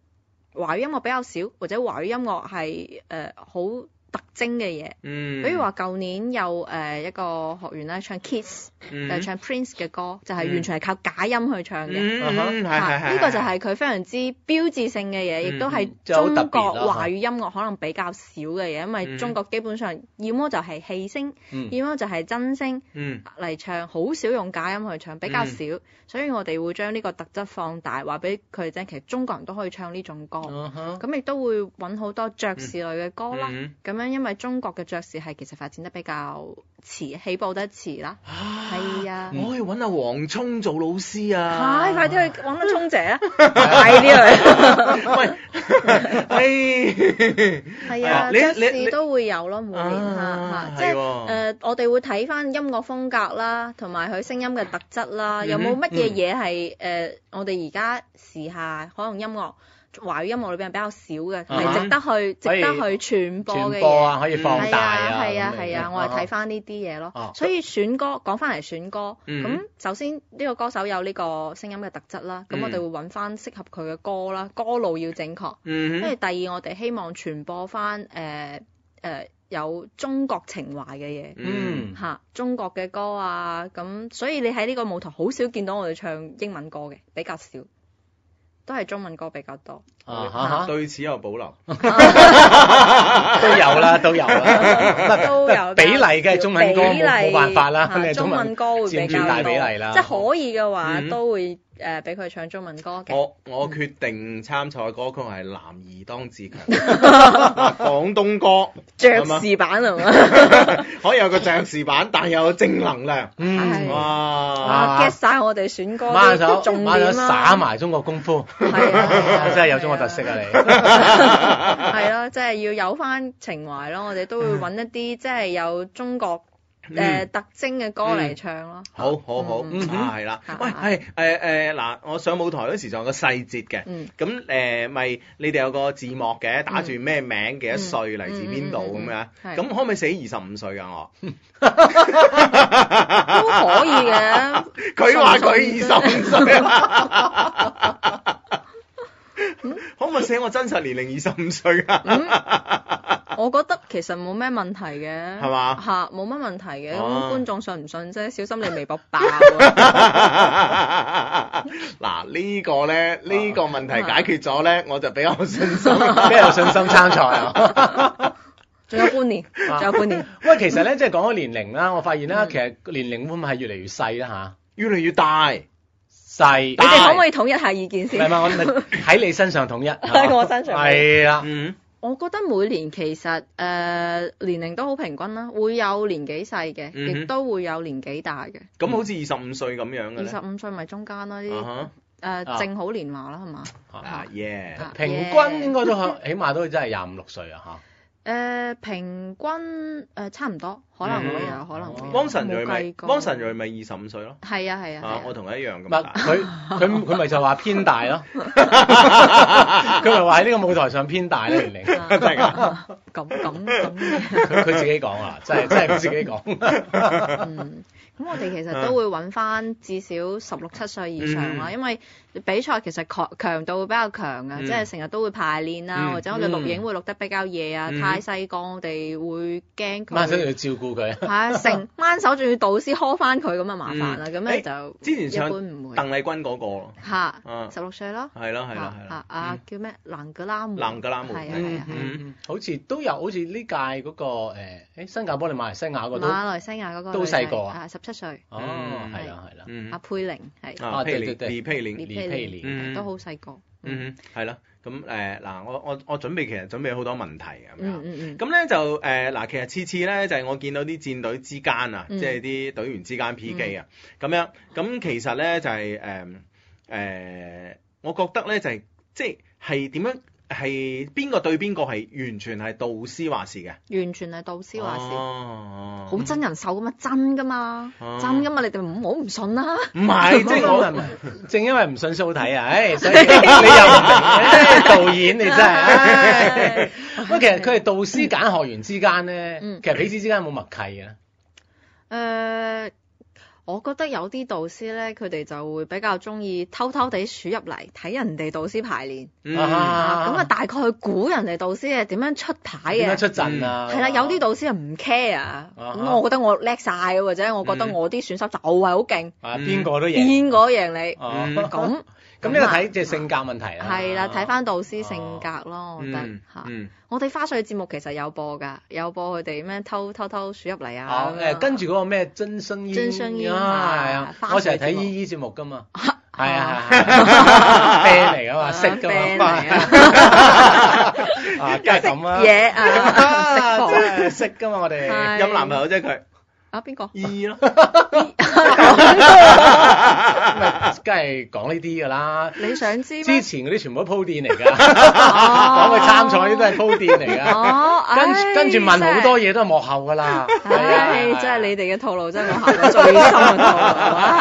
D: 華語音樂比較少，或者華語音樂係誒好特徵嘅嘢。
A: 嗯。
D: 比如話舊年有誒、呃一個學員咧唱 Kiss，就
A: 嗯，
D: 係呃唱 Prince 嘅歌，就係
A: 嗯
D: 完全係靠假音去唱嘅。
A: 嗯，
C: 啊哈
A: 嗯係
D: 嚇
A: 係係。
D: 呢個就係佢非常之標誌性嘅嘢，亦都係
A: 嗯
C: 即係好特
D: 中
C: 別啦
D: 國華語音樂可能比較少嘅嘢，因
A: 嗯
D: 為中國基本上要麼就係氣聲，
C: 嗯
D: 要麼就係真聲。
A: 嗯。
D: 嚟唱，好少用假音去唱，比較少，所以我哋會將呢個特質放大，話俾佢哋聽，其實中國人都可以唱呢種歌，
C: 嗯哼
D: 咁亦都會揾好多爵士類嘅歌啦。
A: 嗯
D: 咁樣因為中國嘅爵士係其實發展得比較遲，起步得遲啦，係啊。
A: 我可以揾阿黃聰做老師
D: 唉、
A: 啊！
D: 快啲去揾阿聰姐啊！快啲去，
A: 喂，喂，
D: 係
A: 啊
D: 啊，
A: 你
D: 爵
A: 你你
D: 士都會有咯，每年嚇
A: 啊
D: 嚇，即
A: 係
D: 係
A: 喎
D: 誒，我哋會睇翻音樂風格啦，同埋佢聲音嘅特質啦，
C: 嗯
D: 有冇乜嘢嘢係誒我哋而家時下可能音樂華語音樂裏邊比較少嘅，
C: 啊
D: 係值得去
C: 可以
D: 值得去傳播嘅
C: 傳播
D: 嘢。
C: 啊，可以放
D: 係
C: 大
D: 啊
C: 啊，
D: 係啊
C: 咁樣
D: 係啊，我係睇翻呢啲嘢
C: 啊
D: 咯。所以選歌講翻嚟選歌，
A: 嗯
D: 咁首先呢個歌手有呢個聲音嘅特質啦，咁
A: 嗯
D: 我哋會揾翻適合佢嘅歌啦，歌路要正確。
A: 嗯
D: 跟住
A: 哼，
D: 第二，我哋希望傳播翻誒誒有中國情懷嘅嘢。
A: 嗯
C: 嗯
D: 吓、中國嘅歌啊，咁所以你喺呢個舞台好少見到我哋唱英文歌嘅，比較少，都係中文歌比 較多。啊
C: 啊哈哈
A: 對此有保留。
C: 啊都有 啦，都有啦，
D: 都有
C: 比例嘅中文歌
D: 比例
C: 冇冇辦法啦，
D: 嚇
C: 你係
D: 中文歌會比較
C: 佔
D: 多
C: 住大比例啦
D: 即係可以嘅話，
A: 嗯
D: 都會誒俾佢唱中文歌嘅。
A: 我我決定參賽歌曲係《男兒當自 強》，廣東歌
D: 爵
C: 啊
A: 係
D: 士版係嘛？
A: 嘛可以有個爵士版，但又有正能量。
C: 嗯
D: 係，
A: 哇！
D: 哇
C: 啊
D: ！get 晒我哋選歌
C: 孖
D: 啲
C: 手
D: 重
C: 孖手
D: 點啊
C: 耍
D: 啦，
C: 埋中國功夫，
D: 係 啊係啊
C: 真係有中國特色啊你。
D: 係咯，即係要有翻情懷咯。我哋都會揾一啲即係有中國誒
A: 嗯
D: 特徵嘅歌嚟唱咯。
A: 好好好
D: 嗯
A: 啊，係啦
D: 啊，
A: 喂，
D: 啊
A: 係誒誒嗱，我上舞台嗰時仲有個細節嘅，
D: 嗯。
A: 咁誒咪你哋有個字幕嘅，打住咩名，幾多歲，嚟自邊度咁樣，
D: 嗯嗯嗯嗯
A: 咁可唔可以寫二十五歲㗎我？嗯
D: 都可以 嘅，
A: 佢話佢二十五歲啊！可唔可以寫我真實年齡二十五歲啊？
D: 嗯，我覺得其實冇咩問題嘅，
A: 係嘛
D: 嚇冇乜問題嘅，咁、
A: 哦
D: 觀眾信唔信啫？小心你微博 爆啊！
A: 嗱呢個咧，呢個問
D: 啊
A: 題解決咗咧，我就比較有信 心。
C: 咩有信心參賽啊？
D: 仲有半年，
A: 啊
D: 仲有半年，
C: 喂，其實咧，即係講咗年齡啦，我發現啦，
D: 嗯
C: 其實年齡會唔會係越嚟越細啦
A: 越嚟越大，
D: 啊
C: 吓，細，
D: 你
A: 大
D: 哋可唔可以統一下意見
C: 唔係唔
D: 先？
C: 係，我 咪喺你身上統一，
D: 喺我身上
C: 係啦，
A: 嗯，
D: 我覺得每年其實誒、呃年齡都好平均啦，會有年紀細嘅，
A: 嗯哼
D: 亦都會有年紀大嘅。
A: 咁好似二十五歲咁樣嘅
D: 二
A: 咧
D: 十，五歲咪中間啦，
A: 啊
D: 呢啲
A: 哈
D: 誒
C: 啊
D: 呃正好年華啦，係嘛？
A: 啊耶，
D: 啊
C: 平均
D: yeah
C: 應該都可起碼都真係廿五六歲啊嚇。
D: 誒、呃平均誒、差唔多，可能會有，
C: 嗯
D: 可能會有。
A: 汪晨
D: 冇
A: 睿咪
D: 計過
A: 汪晨睿咪二十五歲咯，
D: 係啊係啊係
A: 啊
D: 啊，
A: 我同佢一樣咁
C: 唔係
A: 大，
C: 佢佢佢咪就話偏 大咯，佢咪話喺呢個舞台上偏大咧年齡，
D: 啊
A: 真係 㗎
D: 咁咁咁，
C: 佢佢自己講啊，真係真係佢自己
D: 啊
C: 講。
D: 嗯，咁我哋其實都會揾翻至少十六七歲以上啦，
A: 啊嗯
D: 因為比賽其實強強度會比較強啊，
A: 嗯
D: 即係成日都會排練啦，
A: 嗯
D: 或者我哋錄影會錄得比較夜啊，
A: 嗯
D: 太細個我哋會驚
C: 晚上啊要
D: 佢。
C: 照顧佢，
D: 係啊， 成班手仲要導師呵翻佢咁啊麻煩啦，
A: 嗯
D: 咁
A: 誒
D: 咧就
A: 之前
D: 一
A: 唱
D: 般
A: 鄧
D: 唔會
A: 麗君嗰個咯，
D: 嚇
C: 嗯
A: 啊，
D: 十六歲咯。
A: 係啦係啦係啦
D: 啊，啊
A: 嗯
D: 叫咩？蘭格拉姆。
A: 蘭格拉姆
D: 係啊係
C: 嗯
D: 啊係啊。
C: 嗯，好似都有，好似呢屆嗰個誒，誒新加坡定馬來西亞嗰個都，
D: 馬來西亞嗰個
C: 都
D: 女仔
C: 細個啊
D: 啊，十七歲，
C: 哦
A: 嗯
C: 係啦係啦，
A: 嗯
D: 阿佩玲係
A: 啊
C: 啊
A: 佩
C: 對
A: 玲
C: 對對
A: 李佩玲
D: 李
C: 李佩
D: 佩
C: 蓮，
A: 嗯
D: 都好細個。嗯
A: 嗯哼，係啦，咁誒嗱，我我我準備其實準備好多問題咁
D: 嗯
A: 樣。
D: 嗯
A: 咁咧就誒呃嗱、其實次次咧就係、我見到啲戰隊之間啊，
D: 嗯
A: 即係啲隊員之間 P.K. 啊，咁、樣咁其實咧就係誒誒，我覺得咧就係、即係係點樣係邊個對邊個係完全係導師話事嘅，
D: 嗯，完全係導師話事，
A: 哦
D: 好真人秀噶嘛，真噶嘛，
A: 哦
D: 真噶嘛，你哋唔好唔信啦。
A: 唔係即 係我。
C: 我正因為唔信蘇睇 啊，唉，所以你又唔明，導演 你真 係，唉喂，其實佢哋導師揀學員之間咧，
D: 嗯
C: 其實彼此之間有冇默契啊嘅咧？
D: 誒，我覺得有啲導師咧，佢哋就會比較中意偷偷地鼠入嚟睇人哋導師排練，
A: 嗯
C: 啊
D: 啊咁啊大概去估人哋導師係點樣出牌
C: 點
D: 嘅
C: 樣。出陣啊？
D: 係啦，有啲導師係唔 care 啊，
C: 啊
D: 咁我覺得我叻晒，或者我覺得
A: 嗯
D: 我啲選手就係好勁，
C: 啊，邊個都贏。
D: 邊個贏你？
C: 哦
A: 嗯
D: 咁
C: 咁呢個睇即係性格問題啦。啊
D: 係啦，睇翻導師性格
C: 哦
D: 咯，我覺得
A: 嗯
D: 嚇。
A: 嗯
D: 我哋花絮節目其實有播㗎，有播佢哋咩偷偷偷鼠入嚟啊
C: 哦。
D: 咁樣
C: 誒，跟住嗰個咩真生煙，
D: 真生煙
C: 啊，係
D: 啊
C: 啊，
D: 花絮
C: 我成日睇
D: 節目哦
C: 依依節目噶 嘛，係啊係啊，band 嚟噶嘛，識噶
D: 啊，band
C: 嘛，
D: 嚟啊
C: 啊，梗係咁啦，
D: 嘢啊， 識
C: 啊
D: 播
C: 真係識噶嘛，我哋
D: 係
A: 有男朋友啫佢，
D: 啊邊個？
A: 二咯。
C: 啊梗係講呢啲噶啦。
D: 你想知
C: 之
D: 咩？
C: 前嗰啲全部都鋪墊嚟㗎， 講
D: 講
C: 佢參賽嗰啲都係鋪墊嚟㗎。
D: 哦，
C: 跟
D: 唉
C: 跟住問好多。嘢都係啊幕後㗎啦。
D: 真係唉，哎真係你哋嘅套路真係我行過最深嘅套路，啊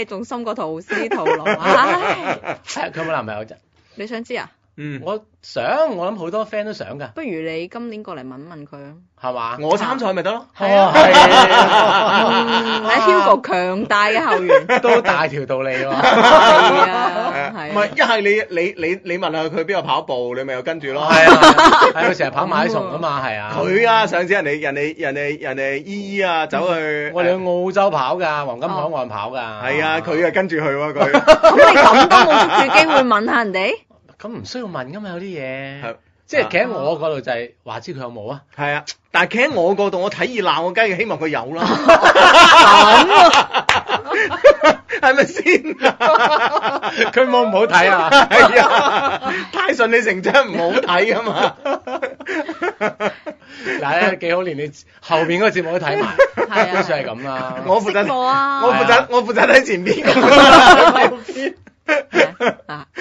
D: 唉，仲深過導師套路，啊唉，
C: 係佢有冇男朋 友啫？
D: 你想知啊？
A: 嗯，
C: 我想，我諗好多 friend 都想㗎，
D: 不如你今年過嚟問問佢啊。
C: 係嘛？
A: 我參賽咪得咯。
D: 係啊
C: 哦係
D: 嗯，喺 Hugo 強大嘅後 援，
C: 都大條 道理喎。
D: 係啊，
A: 唔
D: 係啊
A: 係，一係你你你你問下佢邊度跑步，你咪又跟住咯。
C: 係啊，係佢成日跑馬拉松啊嘛，係啊。
A: 佢啊，上次人哋人哋人哋人哋姨姨啊，走去
C: 嗯我哋去澳洲跑㗎，黃金
D: 哦
C: 海岸跑㗎。
A: 係
C: 係
A: 啊，佢啊跟住去喎佢，
D: 咁你咁都冇捉住機會問下人哋，
C: 咁唔需要問㗎嘛，有啲嘢
A: 係。
C: 即係企喺我嗰度就係話知佢有 冇啊？
A: 啊係啊。但係企喺我角度，我睇熱鬧，我梗係希望佢有啦， 係咪先？
C: 佢冇唔好睇啊！
A: 係啊，太順理成章唔好睇噶 嘛。
C: 嗱，幾好，連你後邊嗰個節目都睇埋，
D: 係啊
C: 都算係咁啦。
A: 我負責
D: 識過啊
A: 我負責我負責睇前 邊嗰個
D: 係啊，
A: 啊。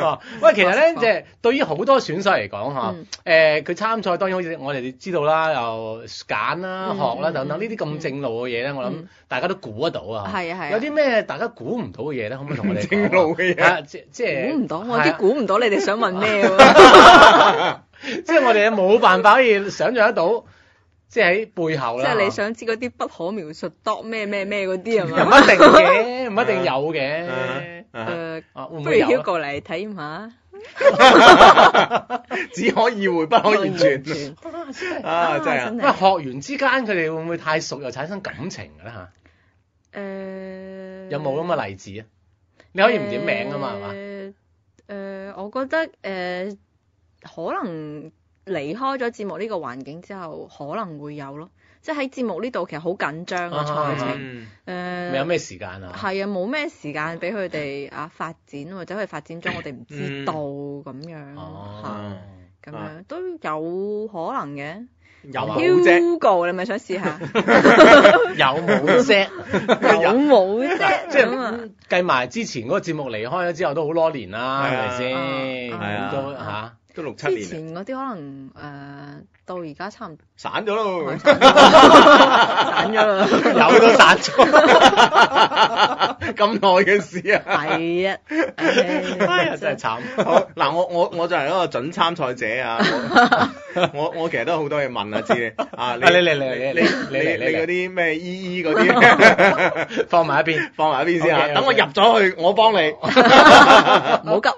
C: 哦喂，其實 咧，
D: 我
C: 即係對於好多選手嚟講嚇
D: 嗯，
C: 誒佢參賽當然好似我哋知道啦，又揀啦、
D: 嗯
C: 學啦
D: 嗯
C: 等等呢啲咁正路嘅嘢咧，我諗
D: 嗯
C: 大家都估得到啊。
D: 係啊係啊
C: 有啲咩大家估唔到嘅嘢咧，可唔可以同我哋講啊
A: 正路嘅嘢
C: 啊即即係
D: 估唔到，我
C: 係
D: 啲
C: 啊
D: 估唔到你哋想問咩喎？
C: 即係我哋冇辦法可以想象得到，即係喺背後
D: 即
C: 啦。
D: 係你想知嗰啲不可描述 dot 咩咩咩嗰啲係 啊
C: 又唔
D: 嘛？
C: 一 定嘅，唔一定有
A: 啊
C: 嘅。
A: 啊
D: 誒，
C: 啊，會唔
D: 嗯不如
C: 會有啊
D: Hugo 嚟體驗下，
A: 只可意會不可言 傳。
D: 全
A: 啊真係啊
D: 真
C: 喂，
D: 係
C: 學員之間佢哋會唔會太熟又產生感情㗎啦
D: 誒
C: 嚇？有冇咁嘅例子啊？
A: 呃
C: 你可以唔點名啊嘛，係嘛？
D: 誒、誒我覺得誒、可能離開咗節目呢個環境之後，可能會有咯。即係喺節目呢度其實好緊張
C: 啊
D: 啊，賽程
A: 嗯
D: 誒，
C: 未有咩時間啊？
D: 係啊，冇咩時間俾佢哋啊發展，或者佢發展中我哋唔知道咁樣
C: 嗯
D: 嚇，
C: 哦，
D: 咁樣都有可能嘅。
A: 有啊
C: 冇
A: 冇啫？
D: Hugo，你咪想試下？
C: 有冇啫？
D: 有冇啫？
C: 即
D: 咁啊
C: 係計埋之前嗰個節目離開咗之後都好多年啦，
A: 係
C: 係
A: 啊
C: 咪先？
A: 係啊
C: 咁都嚇。
A: 都六七
D: 之
A: 年啦，
D: 前嗰啲可能誒、呃到而家差唔多
A: 散咗咯。
D: 散咗啦。啊
C: 有都 散咗，
A: 咁耐嘅事啊！
D: 係啊，
C: 哎
D: 唉
C: 呀真係慘。
A: 好 嗱，我我我作為一個準參賽者啊，我我我其實都好多嘢問啊，知你啊，
C: 啊你嚟嚟嚟
A: 你
C: 嚟
A: 你
C: 嚟嚟
A: 你嗰啲咩依依嗰 啲
C: 放埋 一邊，
A: 放埋一邊先啊，
C: OK，OK
A: 等我入咗去，我幫你。
D: 唔好急。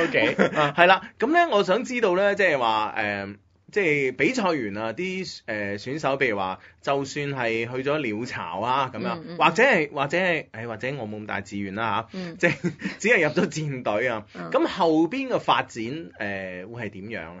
C: O K，
D: 啊
A: 係啦，咁咧，我想知道咧，即係話誒，即係比賽完啊，啲誒、呃、選手，譬如話，就算係去咗鳥巢啊，咁樣，
D: 嗯嗯
A: 或者係或者係誒，或者我冇咁大志願啦嚇，
D: 嗯
A: 即係只係入咗戰隊啊。
D: 嗯
A: 咁、後邊嘅發展誒、呃、會係點樣咧？
D: 誒、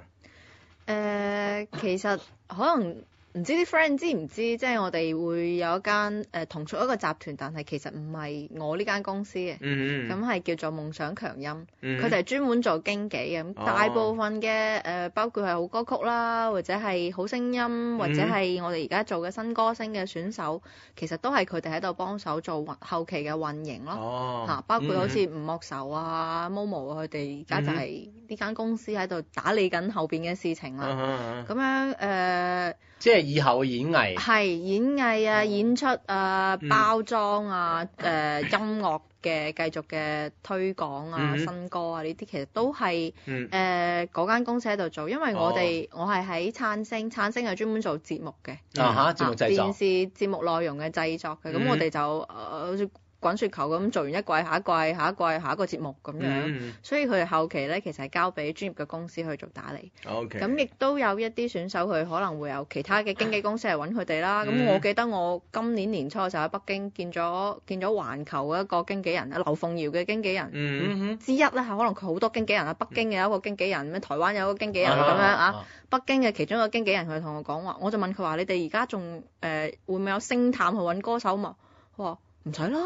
D: 呃其實可能唔知啲 friend 知唔知，即係我哋會有一間誒、呃同屬一個集團，但係其實唔係我呢間公司嘅，
A: 嗯
D: 咁係、叫做夢想強音，
A: 嗯
D: 佢哋係專門做經紀嘅。咁
A: 哦
D: 大部分嘅誒、包括係好歌曲啦，或者係好聲音，或者
A: 嗯
D: 係我哋而家做嘅新歌星嘅選手，其實都係佢哋喺度幫手做運後期嘅運營咯。嚇、
A: 哦，
D: 包括好似吳樂愁啊、Momo 啊佢哋而家
A: 嗯
D: 就係呢間公司喺度打理緊後邊嘅事情啦。
A: 啊
D: 咁樣誒係、呃
C: 即係以後嘅演藝
D: 演藝啊、演出啊
A: 哦嗯、
D: 包裝啊、誒、音樂嘅繼續嘅推廣啊、
A: 嗯
D: 新歌啊呢啲，其實都係
A: 嗯
D: 誒呃嗰間公司喺度做，因為
C: 哦
D: 我哋、我係喺燦星，燦星係專門做節目嘅，
C: 啊嚇，節目製
D: 啊
C: 作
D: 電視節目內容嘅製作嘅，咁、
A: 嗯
D: 我哋就誒、呃好似滾雪球咁做完一季、下一季、下一季、下一個節目啊咁樣。
A: 嗯
D: 所以佢哋後期咧，其實係交俾專業嘅公司去做打理。
A: ，OK，
D: 咁亦都有一啲選手，佢可能會有其他嘅經紀公司嚟揾佢哋啦。咁、
A: 嗯
D: 我記得我今年年初就喺北京見咗見咗環球嘅一個經紀人啊，劉鳳瑤嘅經紀人
A: 嗯
C: 哼，
D: 之一咧，係可能佢好多經紀人啊，北京有一個經紀人，咩台灣有一個經紀人咁
A: 啊
D: 樣啊。，北京嘅其中一個經紀人佢同我講話，我就問佢話：你哋而家仲誒會唔會有星探去揾歌手嘛？佢話唔使啦，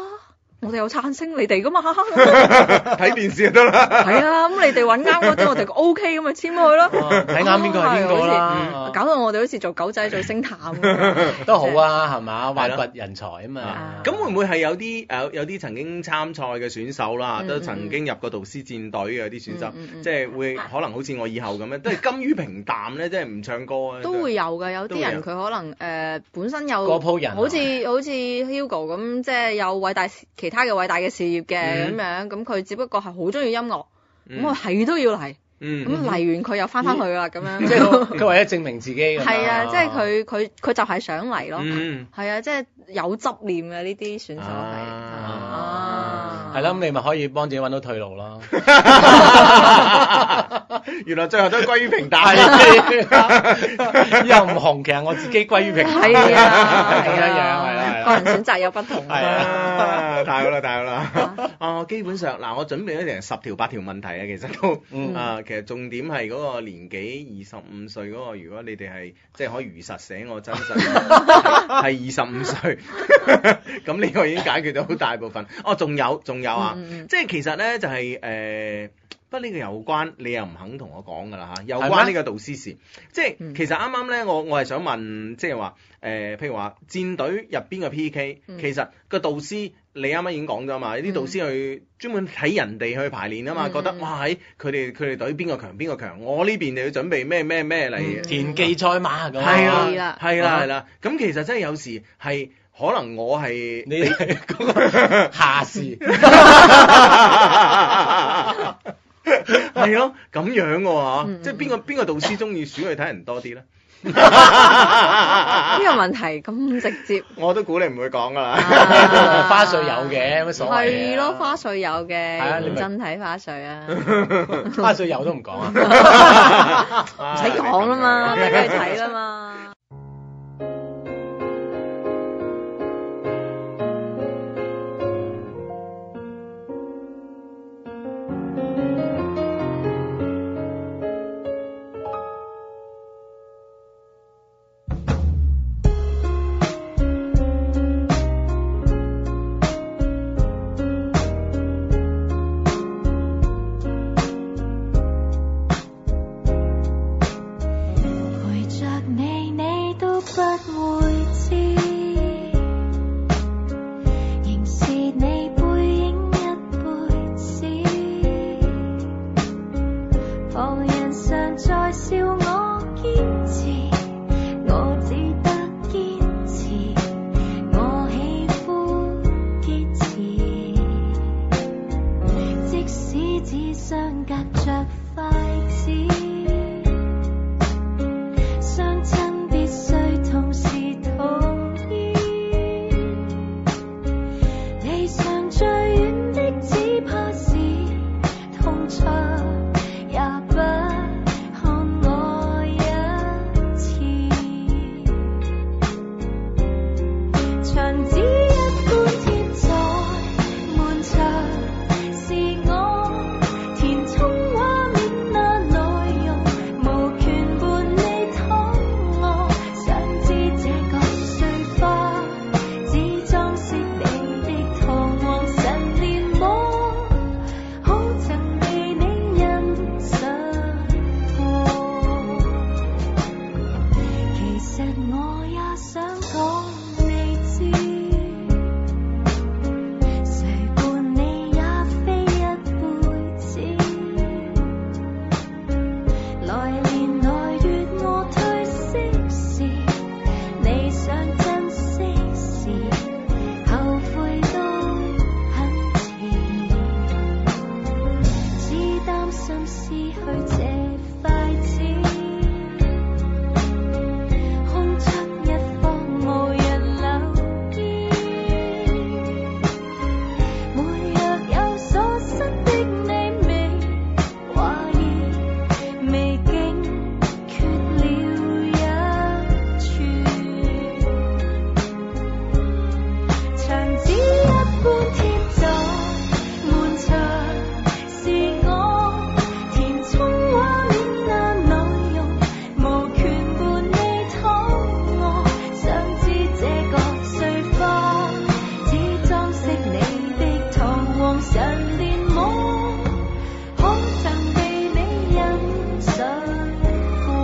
D: 我哋有撐星你哋噶嘛。
A: 睇電視就得啦。
D: 係啊，咁你哋揾啱嗰啲，我哋 O K 咁咪簽咗佢咯。
C: 哦睇啱邊個係邊個
A: 啊
C: 啦，
D: 搞到我哋好似做狗仔做星探咁樣。
C: 都好啊，係嘛，挖
A: 係咯
C: 掘人才啊嘛
D: 啊。
A: 咁會唔會係有啲誒有啲曾經參賽嘅選手啦，
D: 嗯
A: 都曾經入過導師戰隊嘅 啲選手，
D: 嗯嗯嗯
A: 即係會可能好似我以後咁樣，都係甘於平淡咧，即係唔唱歌啊，
D: 都會有㗎，有
A: 都會
D: 啲
A: 有
D: 人佢可能誒、呃本身有
C: 嗰鋪人啊
D: 好似好似 Hugo 咁，即係有偉大事其他嘅偉大嘅事業嘅咁、
A: 嗯
D: 樣，咁佢只不過係好中意音樂，
A: 嗯
D: 咁我係都要嚟，咁啊
A: 嗯
D: 嚟完佢又翻返去啦咁樣。
C: 嗯 即係佢佢為咗證明自己咁樣
D: 係啊，即係佢佢佢就係想嚟咯，
A: 嗯
D: 係啊，即係有執念嘅呢啲選手係
A: 啊
D: 啊，
C: 係啦，咁你咪可以幫自己揾到退路咯。
A: 原來最後都係歸於平 淡。
C: 又唔紅，其實我自己歸於平
D: 係
C: 淡
D: 啊， 係啊，
C: 咁樣樣係啦係啦
D: 個人選擇有不同
C: 係啊
A: 啊太好啦，太好啦！ 啊，基本上嗱，我準備咗成十條八條問題啊，其實都
C: 嗯
A: 啊，其實重點係嗰個年紀二十五歲嗰個，如果你哋係即係可以如實寫我真實係二十五歲， 咁呢個已經解決到好大部分。哦，仲有仲有啊，
D: 嗯嗯嗯
A: 即係其實咧就係、誒。不過呢個有關，你又唔肯同我講㗎啦嚇，有
C: 係
A: 關呢
C: 咩
A: 個導師事，即係
D: 嗯
A: 其實啱啱咧，我我係想問，即係話誒，譬如話戰隊入邊嘅 PK，、
D: 嗯
A: 其實個導師你啱啱已經講咗嘛，有啲導師去專門睇人哋去排練啊嘛，
D: 嗯
A: 覺得
D: 嗯
A: 哇喺佢哋佢哋隊邊個強邊個強，我呢邊就要準備咩咩咩嚟，
C: 嗯田忌賽馬咁。
A: 係
D: 嗯啊
A: 係啦係啦係啦，咁其實真係有時係可能我係。
C: 你係嗰個下士。
A: 係咯，咁樣嘅喎，
D: 嗯
A: 即係邊個邊個導師中意選去睇人多啲咧？
C: 啊
D: 呢個問題咁直接，
A: 我都估你唔會講噶啦。
D: 啊
C: 花絮有嘅乜所謂啊
D: 係咯，花絮有
C: 啊
D: 嘅，
C: 你
D: 認
C: 咪
D: 真睇花絮啊，
C: 花絮有都唔講 啊，
D: 唔
C: 唔
D: 使講啦嘛，
A: 你咁
D: 咪
A: 樣
D: 梗係睇啦嘛。
E: 陪着你，你都不會知，仍是你背影一輩子。旁人常在笑我堅持，我只得堅持，我喜歡堅持，即使只相隔着筷子。相親必須同時同意，離場最遠的只怕是痛楚，也不看我一次。牆紙一般貼在門牆，是我填充畫面那內容，無權伴你躺卧。想知這個碎花，只裝飾你的堂皇神練麼？好曾被你欣賞過。其實我也想講你知，誰伴你也非一輩子。來年來月我退色時，你想珍惜時，後悔都很遲，只擔心失去這塊紙。空出一方，無人留意。每若有所失的你，未懷疑，未驚缺了一處。牆紙一般貼在門牆，是我填充畫面那內容，無權伴你躺卧。想知這個碎花，只裝飾你的堂皇上練麼？可曾被你欣賞過？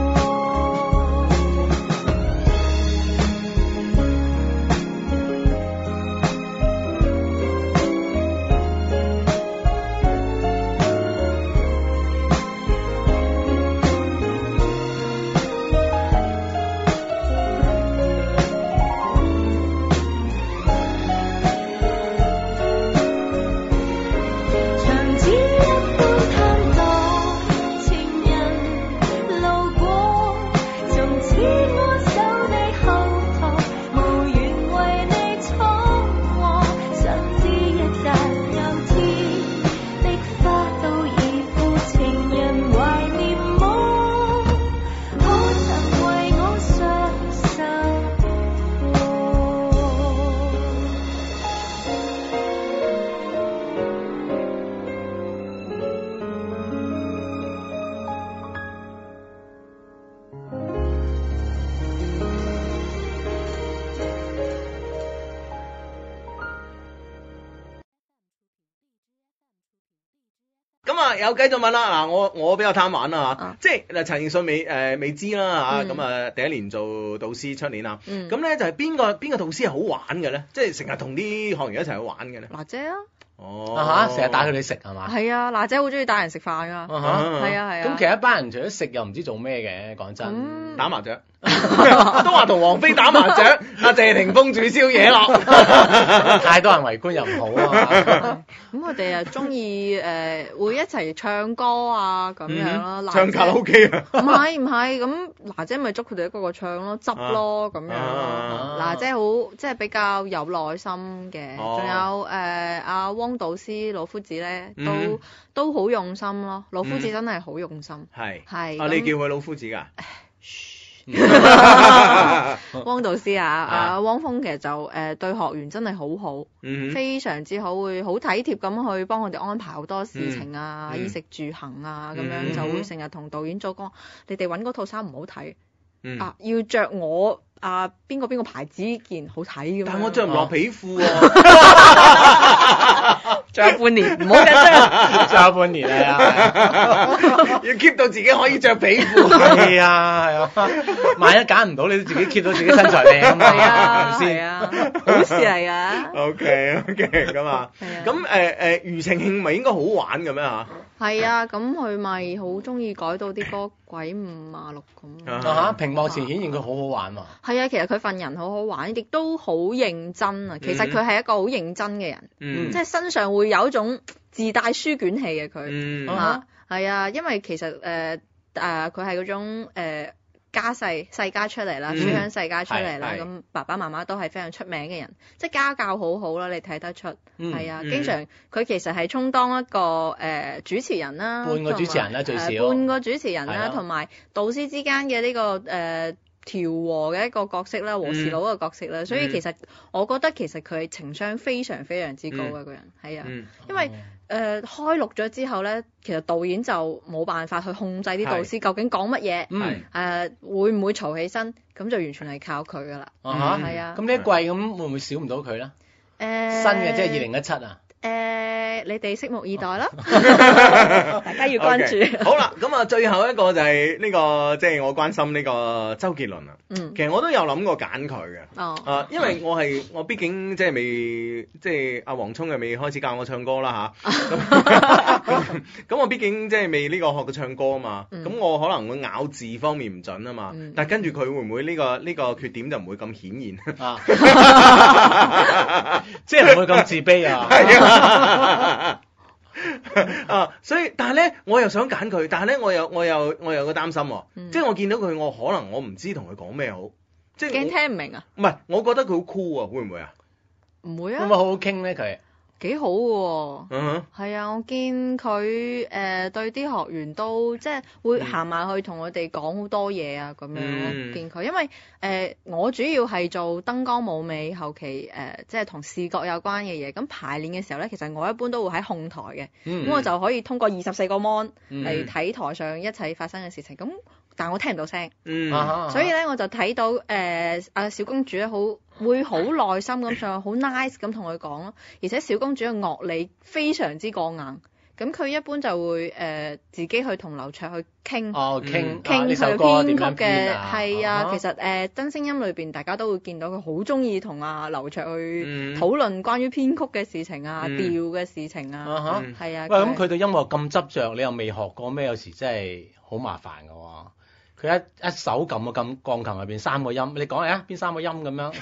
E: 牆紙一般攤檔，情人路過，從此安守你後堂，無緣為你闖禍。想知一旦有天，的花都已枯，情人懷念麼？可曾為我傷心過？
A: 咁啊，有繼續問啦。嗱，我我比較貪玩啦嚇
D: 啊，
A: 即係嗱陳奕迅未誒未知啦
D: 嗯
A: 嚇，咁啊第一年做導師，出年啊，
D: 嗯
A: 咁咧就係邊個邊個導師係好玩嘅咧？即係成日同啲學員一齊去玩嘅咧？
D: 娜姐啊，
A: 哦，
C: 啊嚇，成日帶佢哋食係嘛？
D: 係啊，娜姐好中意帶人食飯㗎，係
C: 啊
A: 啊
C: 嚇
D: 啊係啊。
C: 咁其實一班人除咗食又唔知做咩嘅，講真。
D: 咁
A: 打麻雀， 都話同王菲打麻雀，阿謝霆鋒煮宵夜咯。
C: 太多人圍觀又唔好 啊嘛。
D: 咁我哋啊中意誒會一齊唱歌啊咁樣咯，
A: 嗯
D: 嗱
A: 唱卡拉 OK 啊！
D: 唔係唔係，咁娜姐咪捉佢哋一個個唱咯，執咯咁樣
A: 啊
D: 咯。娜姐好即係比較有耐心嘅，
A: 哦
D: 仲有誒呃阿汪導師老夫子咧，
A: 嗯
D: 都都好用心咯。老夫
A: 嗯
D: 子真係好用心，
A: 係
D: 係
A: 啊，你
D: 咁
A: 叫佢老夫子㗎？
D: 汪導師啊，
A: 啊
D: 阿汪峰其實就誒對學員真係好好，
A: 嗯哼，
D: 非常之好，會好體貼咁去幫我哋安排好多事情啊，
A: 嗯嗯
D: 衣食住行啊，咁
A: 嗯
D: 樣就會成日同導演做講，你哋揾嗰套衫唔好睇。
A: 嗯。
D: 啊，要着我啊邊個邊個牌子件好睇咁樣。
A: 但我着唔落皮褲
D: 哦
A: 喎，
D: 仲 有半年，唔好緊張。
C: 仲有半年 啊，
A: 要 keep 到自己可以着皮 褲。
C: 係啊係啊，萬一揀唔到，你都自己 keep 到自己身材靚 啊嘛，
D: 係啊，
C: 係咪
D: 係
C: 先？
D: 啊，好事嚟啊㗎。
A: O K O K 咁啊，
D: 係啊
A: 咁誒誒，庾澄慶咪應該好玩咁樣嚇。
D: 係啊，咁佢咪好中意改到啲歌鬼五馬六咁咯。
A: 啊
C: 啊哈！屏幕前顯現佢好好玩喎，
D: 係啊，其實佢份人好好玩，亦都好認真啊。其實
A: 嗯
D: 佢係一個好認真嘅人，
A: 嗯
D: 即係身上會有一種自帶書卷氣嘅佢。
A: 嗯
C: 啊
D: 啊，係啊，因為其實誒誒，佢係嗰種誒家世世家出嚟啦，
A: 嗯
D: 書香世家出嚟啦，
A: 係係
D: 咁爸爸媽媽都係非常出名嘅人，即係家教好好啦，你睇得出
C: 嗯
D: 係啊。
A: 嗯
D: 經常佢其實係充當一個誒主持人啦，
C: 半個主持人啦
D: 同埋
C: 最
D: 誒
C: 少
D: 半個主持人
C: 係啊
D: 啦，同埋導師之間嘅呢個誒。調和嘅一個角色
C: 嗯
D: 啦，和事佬嘅角色啦，所以其實我覺得其實佢情商非常非常之高嘅個人，係啊，
A: 嗯
D: 因為誒、開錄咗之後咧，其實導演就冇辦法去控制啲導師究竟講乜嘢，誒、呃
C: 嗯
D: 會唔會嘈起身，咁就完全係靠佢噶啦。
C: 啊哈，
D: 係啊
C: 咁呢一季咁會唔會少唔到佢咧？
D: 誒、
C: 新嘅即係二零一七 啊，
D: 誒、呃你哋拭目以待啦， 大家要關注。
A: OK，好啦，咁啊，最後一個就係呢個，即係我關心呢個周杰倫啊。
D: 嗯，
A: 其實我都有諗過揀佢嘅。
D: 哦，
A: 啊，因為我係我畢竟即係未即係阿黃聰又未開始教我唱歌啦吓，咁咁我畢竟即係未呢個學過唱歌啊嘛，
D: 嗯
A: 咁、我可能會咬字方面唔準啊嘛，
D: 嗯
A: 但係跟住佢會唔會呢、個呢、個缺點就唔會咁 顯現？
C: 啊，即係唔會咁自卑 啊，
A: 係啊。 啊，所以但係咧，我又想揀佢，但係咧，我又我又我有個擔心喎，
D: 嗯
A: 即係我見到佢，我可能我唔知同佢講咩好，即係
D: 驚
A: 我
D: 聽唔明啊？
A: 唔係，我覺得佢好 cool 啊，會唔會啊？
C: 會
D: 唔會
C: 唔會
D: 啊，
C: 好好傾咧佢？
D: 幾好嘅喎。
A: 嗯哼，
D: 係啊，我見佢誒、呃對啲學員都即係會
A: 嗯
D: 行埋去同我哋講好多嘢啊咁樣
A: 嗯
D: 咯。見佢，因為誒、呃我主要係做燈光舞美後期誒、即係同視覺有關嘅嘢。咁排練嘅時候咧，其實我一般都會喺控台嘅，咁、
C: 嗯
D: 我就可以通過二十四個 mon
C: 嗯
D: 嚟睇台上一切發生嘅事情。咁但我聽唔到聲，
A: 嗯，
C: 啊哈
D: 所以咧我就睇到呃誒阿、小公主咧好會好耐心咁上去，好 nice 咁同佢講咯。而且小公主嘅樂理非常之過硬，咁佢一般就會誒、自己去同劉卓去傾。
C: 哦傾啊
D: 傾
C: 呢
D: 佢
C: 首歌
D: 編
C: 點
D: 曲
C: 樣
D: 嘅
C: 編啊？
D: 係啊，其
C: 實
D: 實誒、真聲音裏邊大家都會見到佢好中意同阿劉卓去
A: 嗯
D: 討論關於編曲嘅事情啊、
A: 嗯
D: 調嘅事情
C: 啊
D: 啊，
C: 哈
A: 嗯
D: 係啊。
C: 喂，咁佢對音樂咁執着，你又未學過咩？有時真係好麻煩噶喎。佢一一手撳個咁鋼琴入邊三個音，你講嚟啊，邊三個音咁 樣？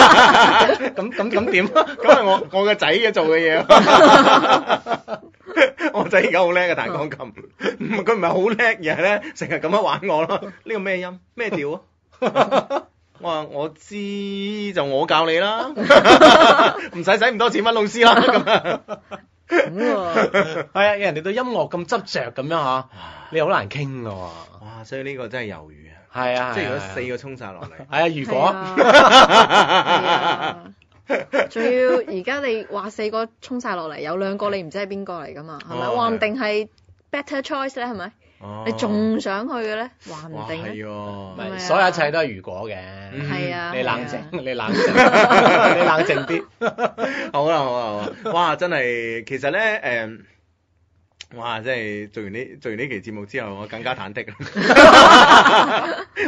C: 咁咁咁點？啊
A: 咁係我 我個仔嘅做嘅嘢 啊。我仔而家好叻嘅彈鋼琴，唔 係佢唔係好叻，而係咧成日咁樣玩我咯。呢個咩音咩調啊？ 我話我知就我教你啦， 唔使使咁多錢揾老師啦咁啊。
D: 咁喎
C: 係啊，人哋對音樂咁執着咁樣嚇，你好難傾噶喎。
A: 哇！所以呢個真係猶豫啊，
C: 係啊，
A: 即係如果
C: 係啊
A: 四個衝晒落嚟，
C: 係啊， 如果
D: 係啊仲要而家你話四個衝晒落嚟，有兩個你唔知係邊個嚟噶嘛？係咪？
A: 哦
D: 話唔定係 better choice 咧，係咪？
A: 哦
D: 你仲想去嘅咧？話唔
A: 哇
D: 定
A: 係
D: 咧。
C: 唔
A: 喎，
D: 咪啊
C: 係所有一切都係如果嘅。
A: 嗯
D: 係啊，
C: 你冷
D: 係
C: 靜
D: 啊，
C: 你冷靜， 你冷靜啲。
A: 好啦好啦好啦，哇！真係其實咧誒。哇！真係做完呢做完呢期節目之後，我更加忐忑，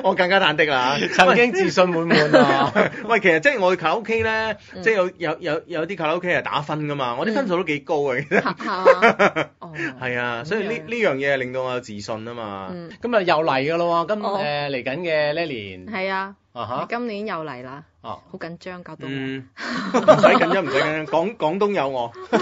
A: 我更加忐忑啦。
C: 曾經自信滿滿啊！
A: 喂，其實即係我去卡拉 OK 咧，
D: 嗯
A: 即係有有有有啲卡拉 OK 係打分噶嘛，我啲分數都幾高嘅，其實
D: 嚇嚇哦，
A: 係啊，所以呢
D: 咁樣
A: 呢樣嘢令到我有自信啊嘛。
D: 嗯，
C: 咁啊又嚟噶咯喎，今
D: 哦
C: 誒嚟緊嘅呢年
D: 係啊，
C: 啊嚇
D: 今年又嚟啦，
C: 哦，
D: 好緊張搞到我。
A: 嗯，唔使緊張，唔使緊張，廣廣東有我，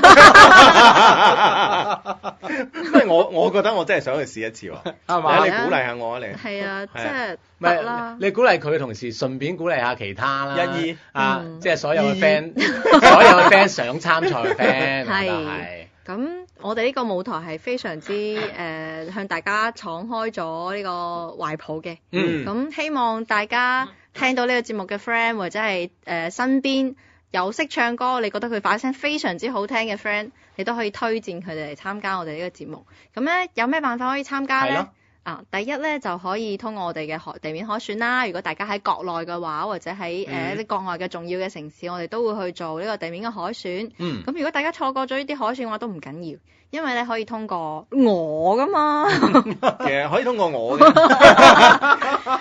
A: 因為我我覺得我真係想去試一次喎。
C: 係
A: 你啊
C: 嘛
A: 你？鼓勵下我啊，你
D: 係啊，即係
C: 唔
D: 得啦
C: 係，你鼓勵佢，同時順便鼓勵下其他啦，
A: 一二
C: 啊，
D: 嗯
C: 即係所有嘅
A: 二
C: friend，所有嘅 friend 想參賽嘅 friend，我
D: 係
C: 覺得係
D: 咁我哋呢個舞台係非常之誒、呃向大家敞開咗呢個懷抱嘅，
A: 嗯
D: 咁、希望大家聽到呢個節目嘅 friend 或者係誒、呃身邊有識唱歌，你覺得佢把聲非常之好聽嘅 friend，你都可以推薦佢哋嚟參加我哋呢個節目。咁咧有咩辦法可以參加
C: 係
D: 咧
C: 咯？，
D: 啊，第一咧就可以通過我哋嘅海地面海選啦。如果大家喺國內嘅話，或者喺誒
A: 嗯
D: 一啲國外嘅重要嘅城市，我哋都會去做呢個地面嘅海選。
C: 嗯，
D: 咁如果大家錯過咗呢啲海選嘅話，都唔緊要，因為咧可以通過我 噶嘛，
A: 其實可以通過我嘅。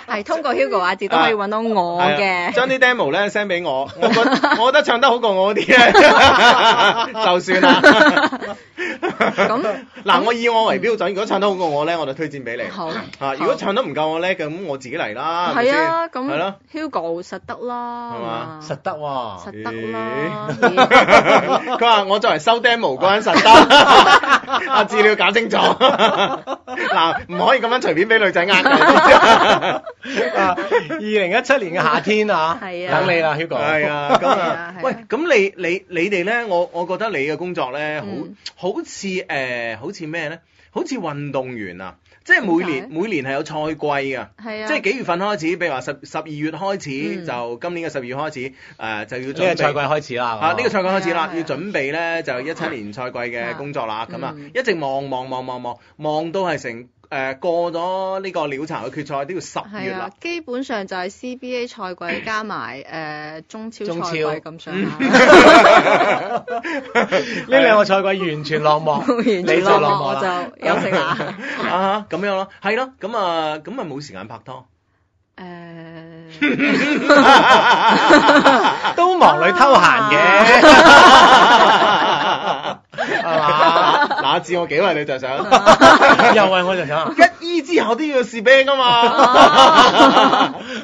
D: 係通過 Hugo 阿志都可以揾到 我
A: 係啊
D: 嘅。
A: 將啲 demo 咧 send 俾我，我覺我覺得唱得好過我嗰啲 咧，就算啦。
D: 咁
A: 嗱，我以我為標準，如果唱得好過我咧，我就推薦俾你。
D: 好，
A: 啊，如果唱得唔夠我叻嘅，咁我自己嚟啦，係咪
D: 係
A: 先？
D: 啊，
A: 係
D: 咁
A: 咯。
D: Hugo 實得啦，
A: 係嘛
C: 實得喎，
D: 實得啦，
A: 咦
D: 咦
A: 佢話我作為收 demo 嗰陣實得， 阿志你要搞清楚。 嗱，唔可以咁樣隨便俾女仔呃嘅。
C: 啊，二零一七年嘅夏天啊，
D: 係啊
C: 等你啦，Hugo，
A: 係 啊，咁
D: 係
A: 啊
D: 啊，
A: 喂
D: 係啊，
A: 咁你你你哋咧，我我覺得你嘅工作咧，
D: 嗯
A: 好好似誒，好似咩咧？好似運動員啊，即係每年
D: 點
A: 每年係有賽季啊。
D: 係啊，
A: 即係幾月份開始？譬如話十十二月開始，
D: 嗯
A: 就今年嘅十二月開始，誒就要準
C: 呢個賽季
A: 備
C: 開始啦，
A: 啊呢個賽季開始
D: 係啊
A: 啦，
D: 係啊
A: 要準備咧就一七年賽季嘅工作啦。咁啊
D: 嗯，
A: 一直望望望望望望到係成誒過咗呢個鳥巢嘅決賽都要十
D: 係
A: 月啦
D: 啊。，基本上就係 CBA 賽季加埋誒中超
C: 中超
D: 賽季咁上下，
C: 呢兩個賽季完全落 幕，
D: 完
C: 你
D: 全
C: 就
D: 落
C: 落
D: 幕
C: 幕
D: 我
C: 啦，
D: 就休息啦。
A: 啊咁樣咯，係咯，咁啊咁咪冇時間拍拖。
D: 誒，
C: 都忙裏偷閒嘅，
D: 啊
C: 係 嘛？
A: 嗱，自我幾為你着想，
C: 又為我就想啊
A: 一醫之後都要士啤噶 嘛。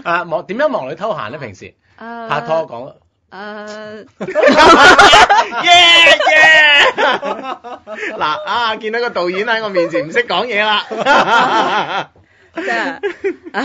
C: 啊，忙點樣忙裏偷閒咧？平時
D: 啊
C: 拍拖講
D: 誒，
A: 耶耶！ 嗱啊，見到個導演喺我面前唔識講嘢啦。
D: 即係，唉，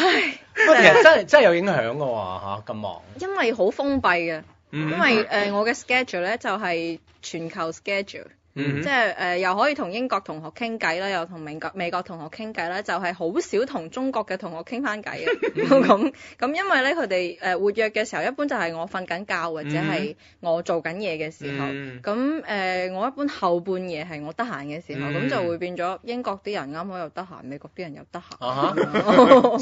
C: 不過其實真係真係有影響嘅喎嚇，咁 忙
D: 因為好封閉嘅，
A: 因
D: 因為誒、呃我嘅 schedule 咧就係、全球 schedule，、
A: 嗯
D: 即係誒、呃又可以同英國同學傾偈啦，又同美國美國同學傾偈啦，就係、好少同中國嘅同學傾翻偈 嘅。咁咁因為咧佢哋誒活躍嘅時候，一般就係我瞓緊覺或者
C: 嗯
D: 係我做緊嘢嘅時候。
A: 嗯
D: 咁誒、呃我一般後半夜係我得閒嘅時候，咁、
A: 嗯
D: 就會變咗英國啲人啱好又得閒，美國啲人又得閒。
C: 啊嚇，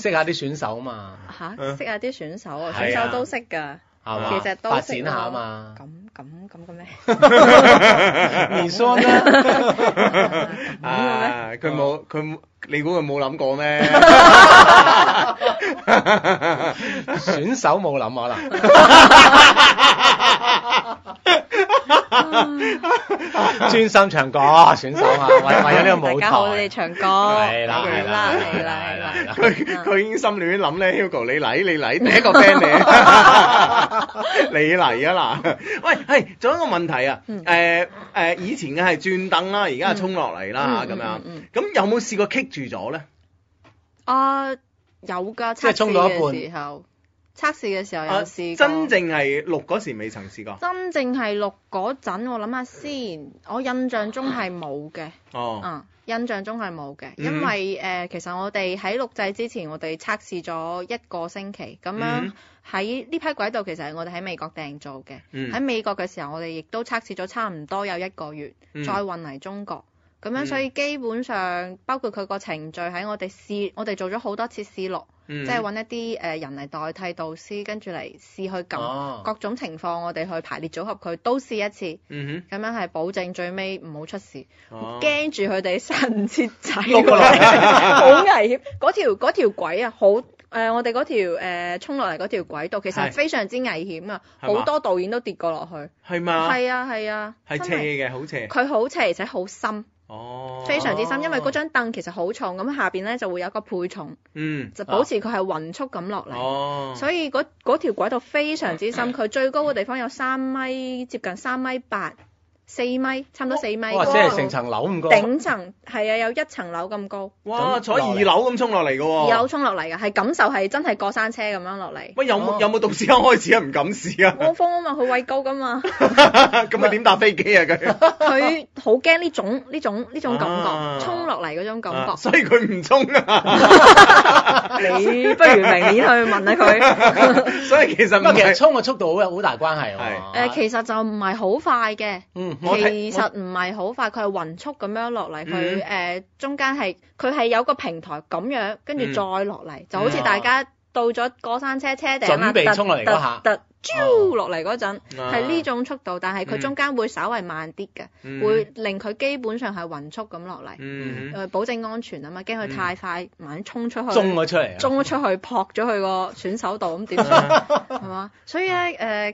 C: 識下啲選手嘛，
D: 吓，
A: 嗯
D: 識下啲選手啊，選
C: 係啊
D: 手都識㗎，
C: 係嘛？
D: 其實都
C: 發
D: 識
C: 展
D: 咯
C: 下 嘛，
D: 咁咁咁嘅 咩？
C: 面霜啦，
A: 啊，佢冇佢冇，你估佢冇諗過咩？
C: 選手冇諗可 能，專心唱歌，選手 啊，為為咗呢個舞
D: 大家好，你
C: 台
D: 哋。唱歌，
C: 係啦係啦
D: 嚟啦
C: 係啦係
D: 嚟啦係
C: 啦
D: 啦
C: 係啦
A: 佢
D: 嗯
A: 佢已經心裏邊諗咧，Hugo 你嚟你 嚟，第一個 friend 你， 你嚟啊嗱！喂，係仲有一個問題啊，誒
D: 嗯
A: 誒、以前嘅係轉凳啦，而家係衝落嚟啦
D: 嗯
A: 啊咁樣，咁、
D: 嗯
A: 有冇試過棘住咗咧？
D: 啊有㗎，
C: 即係
D: 測
C: 衝
D: 試
C: 到一半
D: 嘅時候，測試嘅時候有
A: 啊
D: 試過。
A: 真正係錄嗰時未曾試過。
D: 真正係錄嗰陣，我諗下先，我印象中係冇嘅，
A: 哦，
D: 啊，印象中係冇嘅，
A: 嗯
D: 因為誒、呃其實我哋喺錄製之前，我哋測試咗一個星期，咁
A: 嗯
D: 樣喺呢批軌道其實係我哋喺美國訂做嘅。喺
A: 嗯，
D: 美國嘅時候，我哋亦都測試咗差唔多有一個月，
A: 嗯
D: 再運嚟中國。咁樣所以基本上包括佢個程序喺我哋試，我哋做咗好多次試錄，
A: 嗯
D: 即係揾一啲誒人嚟代替導師，跟住嚟試去撳
C: 哦
D: 各種情況，我哋去排列組合佢都試一次，
A: 嗯
D: 咁樣係保證最尾唔好出事。
A: 哼，哦
D: 驚住佢哋生唔切 仔喎，好危險。嗰條嗰條軌啊，好誒、呃我哋嗰條誒衝落嚟嗰條軌道，其實
A: 係
D: 係非常之危險啊！
A: 係嘛
D: 好多導演都跌過落去。
A: 係嘛？
D: 係啊係啊，
A: 係
D: 真
A: 斜
D: 係
A: 嘅，好斜。
D: 佢好斜而且好深，
A: 哦，
D: 非常之深，因為
C: 哦
D: 嗰張凳其實好重，咁下邊咧就會有一個配重，
A: 嗯，
C: 啊
D: 就保持佢係匀速咁落嚟。
A: 哦，
D: 所以嗰嗰條軌道非常之深，佢最高嘅地方有三米，接近三米八、四米，差唔多四米
C: 哇！
D: 高
C: 即係成層樓咁高，
D: 頂層係啊，有一層樓咁高，
A: 哇，
C: 咁
A: 坐二
C: 落嚟
A: 樓咁衝落嚟嘅
C: 哦
A: 喎。
D: 有衝落嚟嘅，係感受係真係過山車咁樣落 嚟。
A: 喂，有冇
C: 哦
A: 有冇到時間開始啊？唔敢試啊！
D: 汪峰啊嘛，佢畏高噶嘛，
A: 咁啊點搭飛機啊佢？
D: 佢好驚呢種呢種呢種
A: 啊
D: 感覺，衝落嚟嗰種感
A: 啊
D: 覺。
A: 所以佢唔衝 啊！
D: 你不如明年去問 下
C: 啊
D: 佢。
A: 所以其實
C: 咁啊
A: 唔
C: 其實
A: 係，
C: 衝嘅速度好好大關係喎。啊
A: 係
D: 誒，呃其實就唔係好快嘅，
C: 嗯，
A: 我睇
D: 其實唔係好快，佢係雲速咁樣落嚟，
A: 嗯
D: 佢誒中間係佢係有個平台咁樣，跟住
A: 嗯
D: 再落嚟，就好似
C: 嗯
D: 大家到咗過山車車頂
C: 準
D: 啦，
C: 備
D: 突
C: 衝落嚟嗰下哦啊
D: 突突啾落嚟嗰陣。係呢
A: 種
D: 種速度，但係佢
A: 嗯
D: 中間會稍為慢啲嘅，
C: 嗯
D: 會令佢基本上係匀速咁落嚟，誒、
A: 嗯嗯
D: 保證安全啊嘛，驚佢太快猛衝出去，
C: 嗯中咗出嚟啊，
D: 衝咗出去撲咗去個選手度，咁點算係嘛？所以咧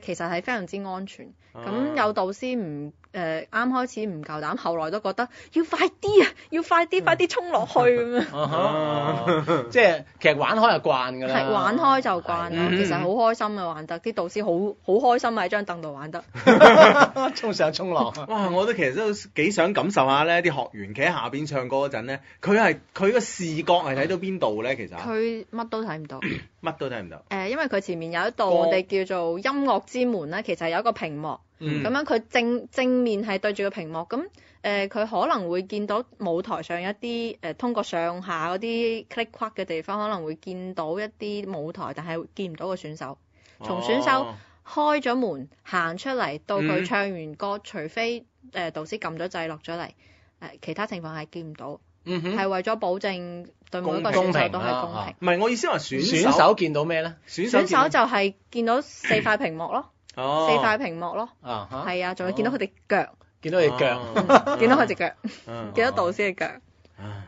D: 誒、其實係非常之安全。嗯
A: 啊哦
D: 咁、有導師唔誒啱開始唔夠膽，後來都覺得要快啲啊，要快啲，快啲衝落去咁樣。
C: 啊哈即係其實玩開就慣㗎啦，
D: 係 玩開就慣啦，
A: 嗯
D: 其實好開心啊玩得，啲導師好好開心啊喺張凳度玩得。
C: 係衝上衝落。
A: 哇！我都其實都幾想感受下咧，啲學員企喺下邊唱歌嗰陣咧，佢係佢個視覺係睇到邊度咧？其實
D: 佢乜都睇唔到。
A: 乜都睇唔到。
D: 誒、因為佢前面有一度
A: 歌
D: 我哋叫做音樂之門咧，其實有一個屏幕，咁、
A: 嗯
D: 樣佢正正面係對住個屏幕，咁誒佢可能會見到舞台上一啲誒、呃通過上下嗰啲 click crack 嘅地方，可能會見到一啲舞台，但係見唔到個選手。從選手
A: 哦
D: 開咗門行出嚟，到
A: 嗯
D: 佢唱完歌，除非誒、呃、導師撳咗掣落咗嚟，誒、其他情況係見唔到，
C: 嗯哼
D: 係、為咗保證對每一個
C: 公
D: 選手
C: 平
D: 都
C: 啦
D: 係公平
C: 啊。
A: 唔係我意思話選
C: 選手見到咩咧？
A: 選手
D: 選手就係見到四塊屏幕咯。
A: 哦
D: 四塊屏幕咯，
C: 啊哈
D: 係啊，仲有見到佢哋腳，
C: 見到你腳，
A: 腳
D: 見到佢隻腳，
A: 隻
D: 見到導師嘅腳，
A: 嗯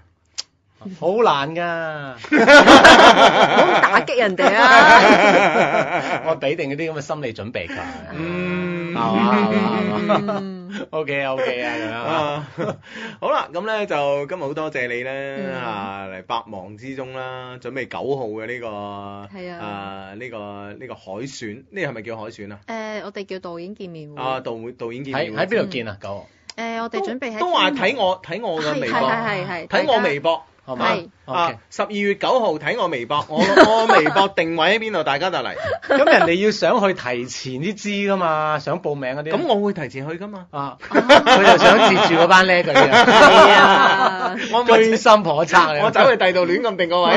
C: 好難㗎。
D: 唔好咁打擊人哋啊！
C: 我俾定嗰啲咁嘅心理準備佢。
A: 嗯
C: 係嘛係嘛
D: 嗯
C: ？O K O K 啊，咁樣啊。
A: 啊， 好啦，咁咧就今日好多謝你咧
D: 嗯
A: 啊，嚟百忙之中啦，準備九號嘅呢個
D: 係啊
A: 啊呢個呢個海選，呢個係咪叫海選啊？
D: 誒，我哋叫導演見面會，
A: 啊導導演見
C: 喺
A: 面
C: 喺
A: 會
C: 邊度見啊？九
D: 誒，嗯我哋準備喺
A: 都話睇我睇我嘅微
D: 係
A: 博，
D: 係係係
A: 睇我微博
C: 號係
D: 係
C: 嘛？O K
A: 啊。，十二月九號睇我微博，我我微博定位喺邊度，大家就嚟。
C: 咁人哋要想去提前啲知㗎嘛，想報名嗰啲。
A: 咁我會提前去噶嘛？
C: 啊， 佢就想截住嗰班叻嗰啲啊，
D: 係啊，
A: 我咪
C: 居心叵測啊！
A: 我走去第度亂咁定個 位。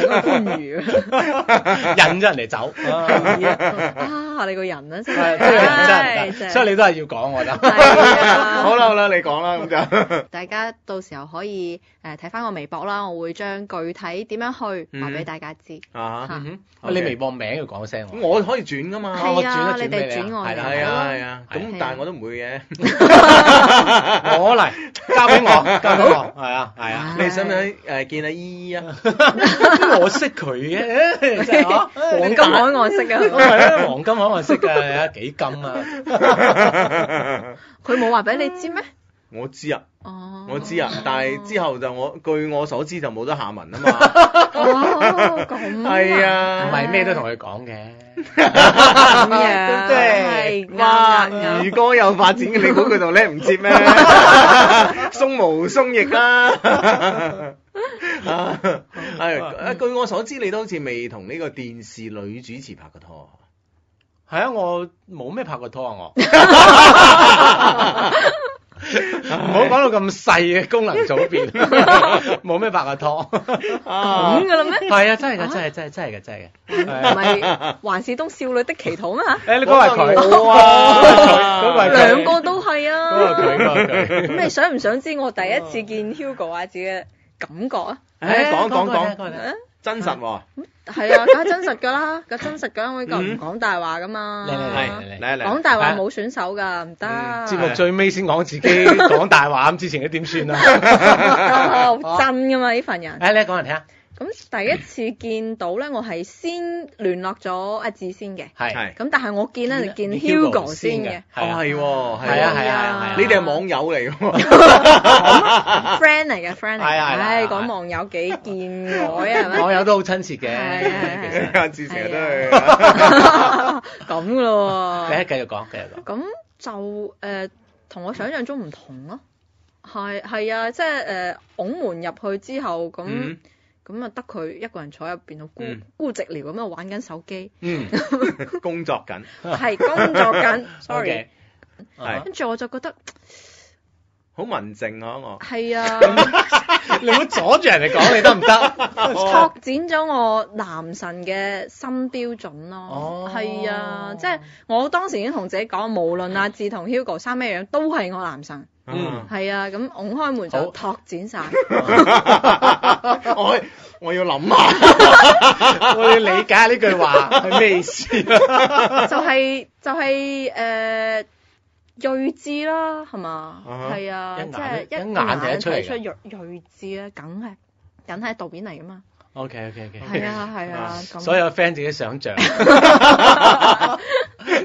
D: 潘 如
C: 引咗人哋 走，
D: 啊，你個人啊真
C: 係
D: 係，
C: 都要引咗人
D: 唉
C: 哋走，
D: 真
C: 所以
D: 係
C: 你都係要講我覺 得。
D: 係啊
A: 好啦好啦，你講啦咁就。
D: 大家到時候可以誒睇翻我微博啦，我會將具體點樣去話俾大家知。
A: 啊哈
D: 嚇
C: 嗯哼，
A: OK
C: 你微博名要講聲
A: 咁
C: 喎。
A: 我可以轉噶嘛。
C: 啊我
D: 係
C: 轉
D: 啊，
C: 一
D: 你
C: 轉俾
D: 哋
C: 你啊
D: 轉我
C: 係
D: 哋
C: 啦
A: 係啊係啊，
D: 係
A: 咁
D: 啊
A: 但係我都唔會 嘅。
C: 我嚟，交俾我，交俾 我，係啊，係啊。
A: 你想唔想誒見阿姨姨啊？
C: 我識佢嘅，真係 啊
D: 黃金海岸式
C: 我
D: 啊！
C: 係啊，黃金可能識㗎， 係啊幾金啊！
D: 佢冇話俾你知咩？
A: 我知啊，
D: 哦，
A: 我知啊，但係之後就我據我所知就冇得下文啊嘛。
D: 哦，咁
A: 係
C: 唔
A: 啊，
C: 係咩都同佢講嘅，
D: 咁樣，
A: 對
D: 係
A: 唔對？哇，
C: 啊
D: 啱
A: 如
D: 啱
A: 果有發展嘅，你估佢度叻唔接 咩？鬆毛鬆翼啦。 啊，係啊據我所知，你都好似未同呢個電視女主持拍過拖。
C: 係啊，我冇咩拍過拖啊，我唔好講到咁細嘅功能組別， 冇咩拍過拖。
A: 啊
D: 咁噶啦咩？
C: 係啊，真係嘅，真係真係真係嘅，真係嘅。係
D: 唔
C: 啊
D: 係還是東少女的祈禱嘛？
C: 誒，你嗰個係佢，
A: 嗰個我啊
C: 嗰個係佢
D: 兩個都係
C: 嗰 個係
D: 啊。
C: 佢，嗰個係佢。
D: 咁你想唔想知我第一次見 Hugo 阿子嘅感覺啊？
A: 誒講講講
C: 講講
D: 啊
A: 真實喎，
D: 係啊，梗係真實㗎啦，梗係真實㗎啦，我呢個唔講大話㗎嘛。
C: 嚟嚟嚟哦
A: 係嚟嚟
D: 講大話冇選手㗎，唔得。
C: 節目最尾先講 自己講大話，咁之前嗰點算啊？
D: 好真㗎嘛呢份人。
C: 誒，你講嚟聽下。
D: 咁第一次見到咧，我係先聯絡咗阿志先嘅。
A: 係
C: 係。
D: 咁但係我見咧就見
C: 哎 Hugo
D: Hugo 先
C: 先
D: 嘅哎
C: 嘅係啊
A: 哦係喎，
C: 係啊
A: 喎
C: 係啊係啊
A: 你哋係網友嚟嘅喎，
D: friend 嚟嘅 friend 嚟嘅。
C: 係啊係啊
D: 唉，
C: 係啊
D: 講網友幾見 外啊，係咪？
C: 網友都好親切嘅。
D: 係
A: 啊
D: 係啊係啊
A: 阿志成日都係
D: 咁噶咯
C: 你
D: 喎。
C: 繼續講，繼續講。
D: 咁就誒同我想象中唔同咯。係係啊，即係誒拱門入去之後，咁
A: 嗯
D: 咁啊得佢一個人坐喺入邊，好孤
A: 嗯
D: 孤寂寥咁樣玩緊手 機，
C: 嗯
A: 工作緊，
D: 係工作緊。sorry，
C: ，sorry，啊
A: 係
D: 跟住我就覺得
A: 好文靜啊我。
D: 係啊。
C: 你唔好阻住人哋講，你得唔得？
D: 拓展咗我男神嘅新標準咯
C: 哦，
D: 係、啊，即係我當時已經同自己講，無 論阿志同 Hugo 生咩樣，都係我男神，
A: 嗯
C: 嗯，
D: 係啊，咁拱開門
C: 好
D: 就拓 展晒，
A: 啊 我我要諗啊下，
C: 我要理解呢句話係咩意思啊？
D: 就係、就係、誒。睿智啦，係嘛？
A: 啊
D: 係啊，
C: 一眼
D: 即係
C: 一眼睇
D: 眼
C: 得出嚟
D: 睇出睿睿智咧，梗係梗係導演嚟噶嘛。
C: OK OK OK，
D: 係啊 係啊，咁
C: 所有 friend 自己想 像，點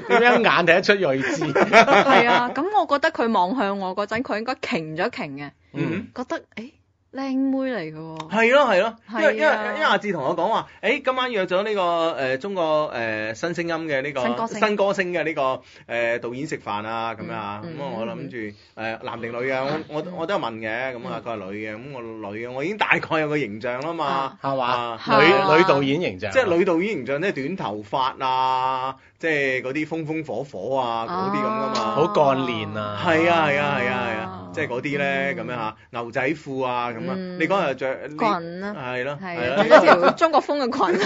C: 樣眼睇得出睿智？
D: 係啊，咁我覺得佢望向我嗰陣，佢應該擎咗擎嘅。
A: 嗯
C: 嗯，
D: 覺得誒靚妹嚟嘅喎，
A: 係咯係咯，因為因
D: 係
A: 為
D: 啊
A: 因為阿志同我講話，誒今晚約咗呢個誒中國誒新聲音嘅呢個
D: 新歌星
A: 新歌星嘅呢個誒導演食飯啊咁啊，
D: 嗯
A: 咁
D: 嗯
A: 啊我諗住誒男定女啊，我 我我都有問嘅，咁啊佢係女嘅，咁我女嘅，我已經大概有個形象啦嘛
D: 啊。
C: 係嘛？
D: 係啊
C: 女女導演形象，
A: 即係女導演形象咧，短頭髮啊，即係嗰啲風風火火啊，嗰啲咁噶嘛
D: 啊。
C: 好幹練啊
A: 係啊係啊係啊係啊
D: 啊，
A: 即係嗰啲咧咁樣嚇，牛仔褲啊咁啊，
D: 嗯
A: 你嗰日着呢
D: 裙啊
A: 係咯
D: 係 啊，
A: 係啊
D: 一
A: 咯，
D: 條中國風嘅啊裙，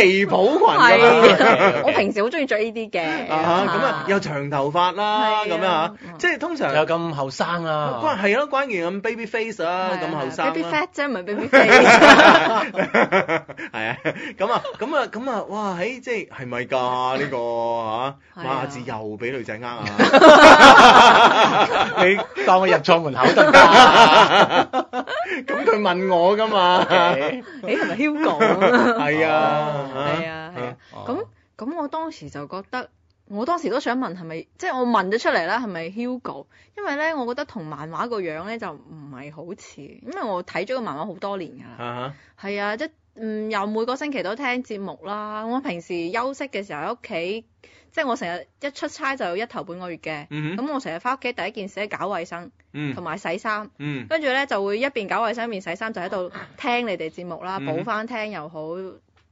D: 係
A: 旗袍裙咁樣
D: 啊 我平時好中意着呢啲嘅，
A: 啊，咁啊又長頭髮啦
D: 係
A: 咁樣嚇
D: 啊，
A: 即係通常
C: 又咁後生
A: 關
C: 啊，
A: 係咯，關鍵咁 baby face 啊，咁後生
D: ，baby
A: 啦
D: fat 啫，唔係 baby face，
A: 係啊，咁啊，咁啊，咁啊，哇！喺即係係咪㗎呢個嚇？
D: 係啊
A: 哇！字又俾女仔呃啊！
C: 你當我入錯門口得唔得啊？
A: 咁佢問我㗎嘛？
D: 你係咪 Hugo？
A: 係啊，
D: 係啊係啊，
C: 哦
D: 咁咁我當時就覺得。我當時都想問係咪，即係我問咗出嚟啦，係咪 Hugo？因為咧，我覺得同漫畫個樣咧就唔係好似，因為我睇咗個漫畫好多年㗎啦。
A: 啊
D: 係啊，即嗯又每個星期都聽節目啦。我平時休息嘅時候喺屋企，即係我成日一出差就一頭半個月嘅。
A: 嗯
D: 咁、
A: 哼
D: 我成日翻屋企第一件事咧搞衞生
A: 嗯
D: 同埋洗衫，
A: 嗯
D: 跟住咧就會一邊搞衞生一邊洗衫，就喺度聽你哋節目啦，
A: 嗯
D: 補翻聽又好，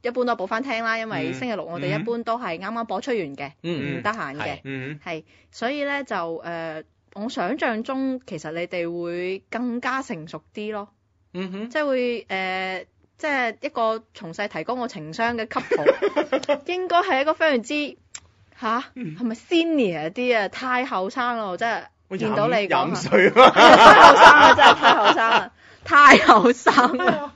D: 一般都補翻聽啦，因為
A: 嗯
D: 星期六我哋一般都係啱啱播出完嘅，
A: 嗯
D: 唔得閒嘅
C: 係，
A: 嗯
D: 係，所以咧就誒、呃我想象中其實你哋會更加成熟啲咯。
C: 嗯哼，
D: 即係會誒、呃即係一個從細提高我情商嘅 couple，應 該係一個非常之吓，係咪 senior 啲啊？太後生咯，真係
A: 哼，
D: 見到你
A: 廿五
D: 講下，
A: 歲啊！
D: 太後生啦，真係太後生啦，太後生啦，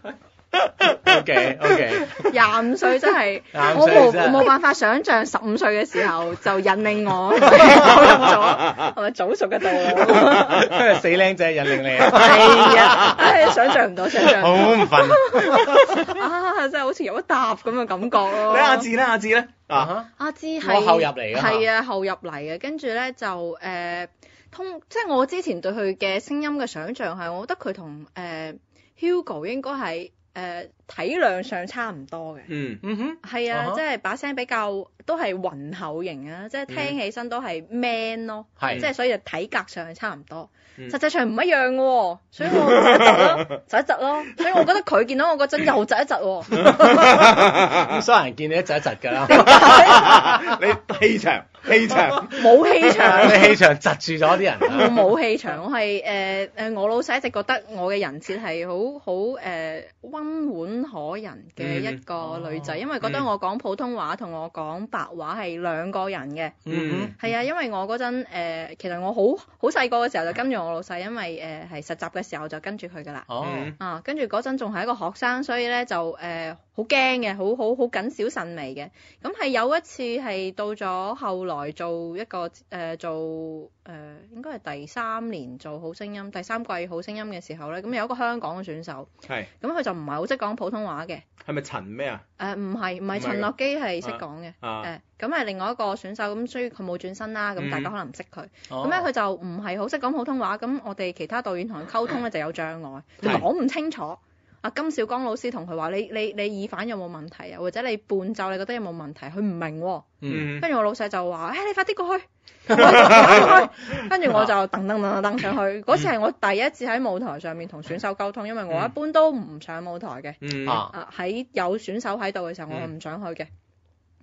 C: OK OK，
D: 廿五歲真係。
C: 啱
D: 我冇
C: 先
D: 我
C: 真
D: 冇
C: 係
D: 辦法想像十五歲嘅 時候就引領我走入咗係咪早熟嘅道路？
C: 死靚仔引領你啊，
D: 係啊，唉想像唔到，想像 唔
C: 好唔瞓
D: 到啊！真係好似有一搭咁嘅感覺
A: 你
D: 咯。
A: 阿志咧，阿志咧啊，
C: 啊！
D: 阿芝
C: 我
D: 係
C: 後入嚟㗎
D: 係啊後入嚟嘅，跟住咧就誒、呃通，即係我之前對佢嘅聲音嘅想像係，我覺得佢同誒 Hugo 應該係誒、呃、體量上差唔多嘅，
A: 嗯
C: 嗯哼，
D: 係啊
C: 啊哈嗯
D: 即係把聲比較都係渾厚型啊，即係聽起身都係 man 咯，
C: 係
D: 即係所以就體格上係差唔多，
A: 嗯
D: 實際上唔一樣嘅喎，所以我窒一窒 咯，窒一窒咯，所以我覺得佢見到我嗰陣又窒一窒喎，
C: 啊 咁所有人見你一窒一窒㗎啦，
A: 你氣場 氣場，
D: 冇氣 場。
C: 你氣場窒住咗啲人
D: 我
C: 啊。
D: 冇氣場，我係誒誒，我老細一直覺得我嘅人設係好好誒温婉可人嘅一個女仔，
C: 嗯嗯哦
D: 因為覺得
A: 嗯
D: 我講普通話同我講白話係兩個人嘅。
C: 嗯
D: 係啊，因為我嗰陣誒，其實我好好細個嘅時候就跟住我老細，因為誒呃係實習嘅時候就跟住佢噶啦。
C: 哦，
A: 嗯
D: 啊，跟住嗰陣仲係一個學生，所以咧就誒好驚嘅，好好好謹小慎微嘅。咁係有一次係到咗後來做一個誒、呃做誒、呃、應該係第三年做好聲音，第三季好聲音嘅時候咧，咁有一個香港嘅選手，
A: 係
D: 咁佢就唔係好識講普通話嘅。
A: 係咪陳咩啊？
D: 誒唔係唔
A: 唔係
D: 係陳
A: 㗎
D: 樂基係識講嘅。
A: 啊，
D: 誒咁係另外一個選手，咁所以佢冇轉身啦，咁大家
A: 嗯
D: 可能唔識佢。咁
C: 咁
D: 咧佢就唔係好識講普通話，咁我哋其他導演同佢溝通咧就有障礙，就
A: 嗯係
D: 講唔清楚。阿金少剛老師同佢話：你你你耳返有冇問題啊？或者你伴奏你覺得有冇問題？佢唔明喎。
C: 嗯
A: 嗯
D: 跟住我老細就話：誒、哎你快 啲過去， 我就走過去。跟住我就噔噔噔噔噔上去。嗰次係我第一次喺舞台上面同選手溝通，因為我一般都唔上舞台嘅。
A: 嗯
C: 啊
D: 啊喺有選手喺度嘅時候，我
A: 嗯
D: 唔想去嘅。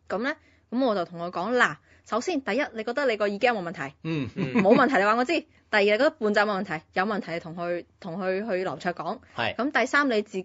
D: 咁咧，咁我就同佢講嗱，首先第一，你覺得你個耳機有冇問題？
C: 嗯
A: 嗯
D: 冇問題，你話我知。第二，你覺得伴奏有冇問題？有問題，你同佢同佢去劉卓講。
C: 係
D: 咁第三，你自己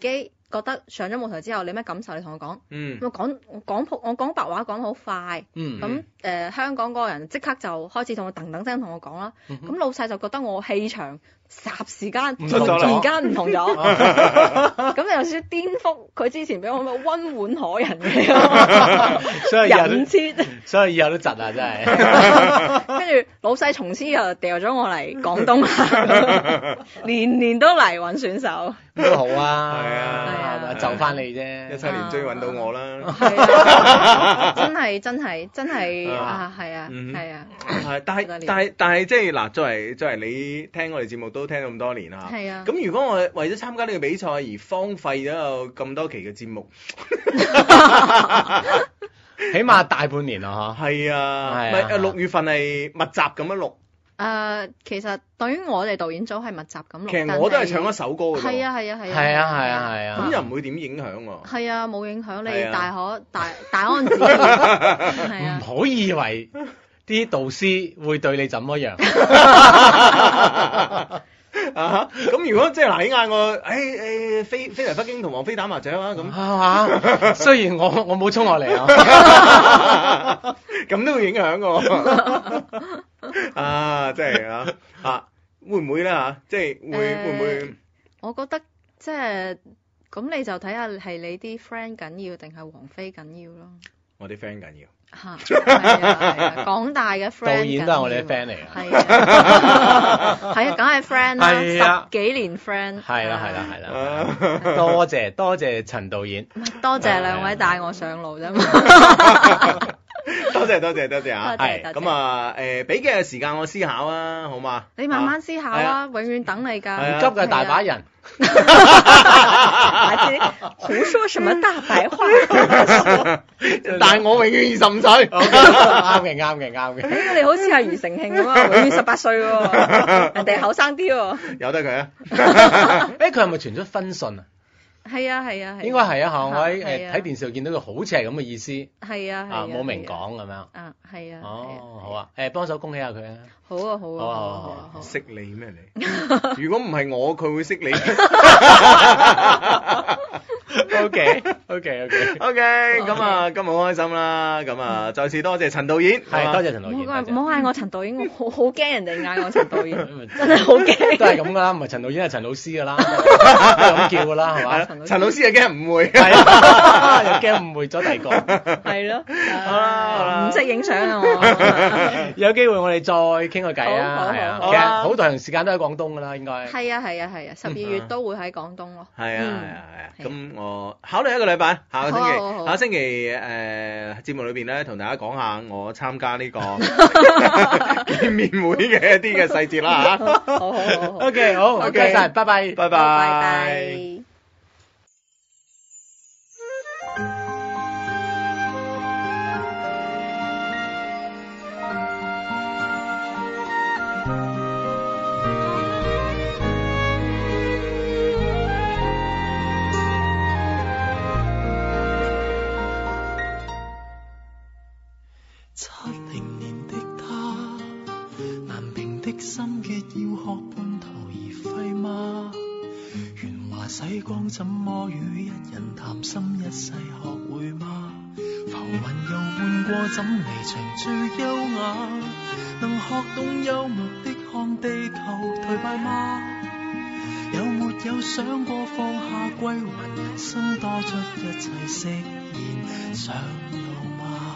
D: 覺得上咗舞台之後，你咩感受？你同我講。
A: 嗯
D: 咁我講我講普我講白話講得好快，
C: 嗯
D: 咁誒、呃香港嗰個人即刻就開始同我噔噔聲同我講啦。
C: 嗯
D: 咁老細就覺得我氣場霎時間
C: 唔
A: 同咗啦
D: 而家唔同咗，咁有少少顛覆佢之前俾我咁嘅温婉可人嘅
C: 所以以後
D: 人
C: 都
D: 設。
C: 所以以後都窒啊，真 係。
D: 跟住老細從此又掉咗 我嚟廣東啦，年年都嚟揾選手，
C: 都好啊，
A: 係啊
C: 係咪就翻你啫。
A: 一七年追揾到我啦，
D: 係啊，真係真係真係
A: 啊
D: 啊，係啊
A: 嗯
D: 係啊
A: 係 但
D: 不
A: 係
D: 得了
A: 但係但係即係嗱，作為作為你聽我哋節目都聽咗咁多年啦，
D: 係啊，
A: 咁如果我為咗參加呢個比賽而荒廢咗有咁多期嘅節目，
C: 起碼大半年啦，嚇。
A: 係啊，
C: 係啊
A: 咪六月份係密集咁樣錄，
D: 誒啊其實對於我哋導演組係密集咁錄，
A: 其實
D: 但
A: 我都係唱一首歌嘅啫
D: 係，啊係啊係啊
C: 係啊，係啊，係啊。
A: 咁又唔會點影響喎。
D: 係啊，冇影響
A: 係啊
D: 你大可 大大安旨意，係
C: 唔
D: 啊，
C: 好以為啲導師會對你怎麼樣，
A: 啊，咁如果即係嗱，你嗌我，誒誒哎飛飛嚟北京同王菲打麻雀啊， 咁
C: 係嘛？雖然我我冇衝落嚟 啊，
A: 咁都會影響嘅喎。 啊，真係啊，啊會唔會咧嚇？即係會
D: 誒
A: 會唔會？
D: 我覺得即係咁你就睇下係你啲 friend 緊要定係王菲緊要咯。
A: 我啲 friend 緊要。
D: 嚇， 係啊係啊港大嘅 friend，
C: 導演都係我哋嘅
D: 緊
C: friend
D: 要
C: 嚟㗎。
D: 係啊， 係啊，梗係 friend
C: 係啊
D: 啦，十幾年 friend，
C: 係啦係啦係啦，
A: 啊
C: 多謝多謝陳導演，
D: 係，啊多謝兩位帶我上路啫嘛，
A: 多謝多謝多謝啊！
D: 多謝多謝
A: 咁啊誒，俾幾日時間我思考啊，好嘛？
D: 你慢慢思考
A: 係
D: 啊，
A: 啊
D: 永遠等你
C: 唔
A: 係啊
D: 㗎，
C: 急嘅大把人，
D: 快啲，啊胡說什麼大白話？
A: 但係哦我永遠二十五 歲。
C: 啱嘅啱嘅 啱嘅，
D: 你好似係庾澄慶咁啊，永遠十八 歲喎，人哋後生啲喎。
A: 由得佢啊！
C: 誒佢係咪傳出婚訊啊？
D: 係啊係啊係啊。
C: 應該係啊嚇，我喺
D: 係
C: 誒
D: 啊
C: 睇電視度見到佢好似係咁嘅意思
D: 係啊係
C: 啊，冇明
D: 係啊
C: 講咁樣。
D: 啊，係啊。
C: 哦，好
D: 係啊。
C: 啊，誒幫手恭喜下佢啊！
D: 好啊好
C: 好
D: 啊
C: 啊
D: 好
C: 好
D: 啊
C: 啊
D: 好啊好啊。
A: 識你咩你？如果唔係我，佢會識你。
C: O K O K O K，
A: OK，咁 啊，今日好開心啦！咁啊，再次多謝陳導演，
C: 係多謝陳
D: 唔
C: 導
D: 好
C: 演，
D: 嗌唔
C: 多
D: 好嗌我陳導演，我好好驚人哋嗌我陳導演，
C: 謝。
D: 真係好驚。
C: 嗯都係咁噶啦，唔係陳導演係陳老 師噶啦，都係咁叫噶啦，
A: 係
C: 係
A: 啊
C: 嘛？
A: 啦陳老師又驚誤會。
C: 係啊， 又驚誤會咗第二個。
D: 係咯，
A: 好啦好啦
D: 唔識影相啊我。
C: 有機會我哋再傾個偈
D: 好
C: 啊，
D: 好
C: 係啊，
A: 好
C: 其實
A: 好啊
C: 好長時間都喺廣東噶啦，應該。
D: 係啊係啊係啊，十二月都會喺廣東咯。
A: 係啊
D: 嗯
A: 係啊係啊，
D: 係啊
A: 咁我考慮一個禮拜，下個星期，
D: 好啊好啊好啊
A: 下個星期誒、節目裏邊咧，同大家講下我參加 呢個 見面會嘅一啲嘅細節啦嚇，
D: 好好好好。
C: O K，好，唔該晒，拜拜。
A: 拜拜。
D: 拜拜。
B: 七零年代心結要學半途而廢嗎？鉛華洗光怎麼與一人談心一世學會嗎？浮雲又換過，怎離場最優雅？能學懂幽默的看地球頹敗嗎？有沒有想過放下歸還？人生多出一切飾演，想到嗎？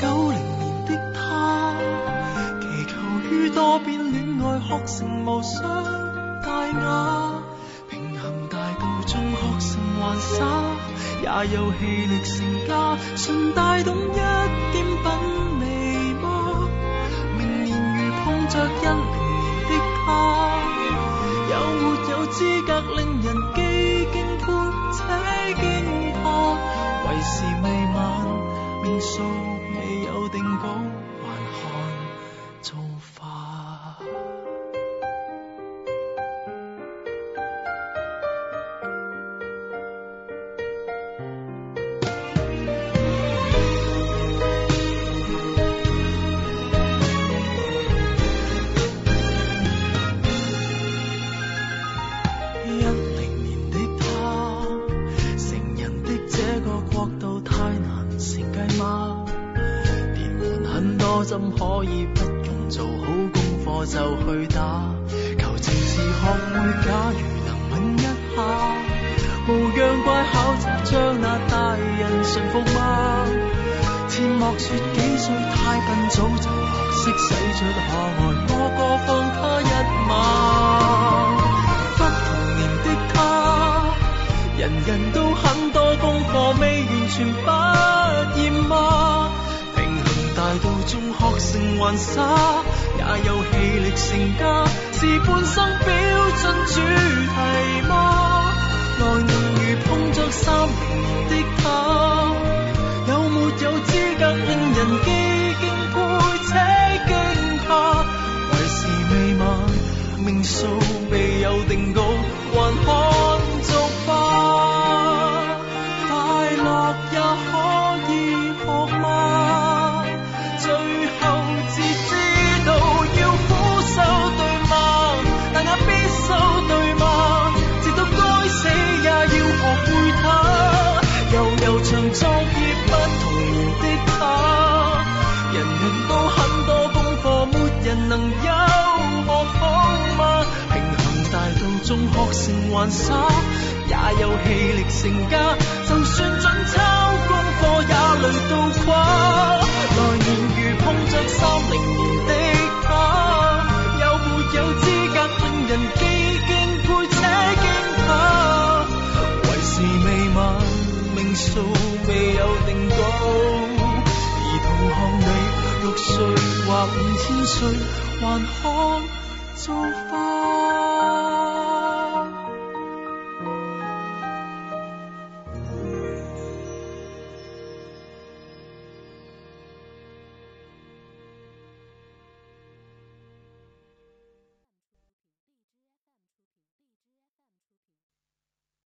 B: 九零年的他，祈求於多變戀愛學成無傷大雅，平衡大道中學成玩耍，也有氣力成家，順帶懂一點品味嗎？明年如碰着一零年的他，有沒有資格令人既敬佩且敬怕？為時未晚，命數未有定稿，還看造化。一零年的他，成人的這個國度太難承繼嗎？連環很多針可以不用做好功課就去打，求情是學會，假如能吻一下，無恙乖巧就將那大人馴服嗎？切莫說幾歲太笨，早就學識洗出可愛，我過放他一馬。不同年的他，人人都很多功課未完全不厭嗎？平衡大道中學成玩耍，也有氣力成家，是半生標準主題嗎？來年如碰着三零年的他，有沒有資格令人既敬佩且敬怕？為時未晚。命數未有定稿，還看作吧。快樂也可以學嗎？最後至知道要苦守對嗎？但也必守對嗎？直到該死也要學會它。悠悠長作業不同年的他，人人都很多功課，沒人能優學好。平衡大道中學成玩耍，也有氣力成家。就算準抄功課，也累到垮。來年如碰着三零年的他，有沒有資格令人既敬佩且驚怕？為時未晚，命數未有定稿。兒童看你六歲或五千歲，還可。做法。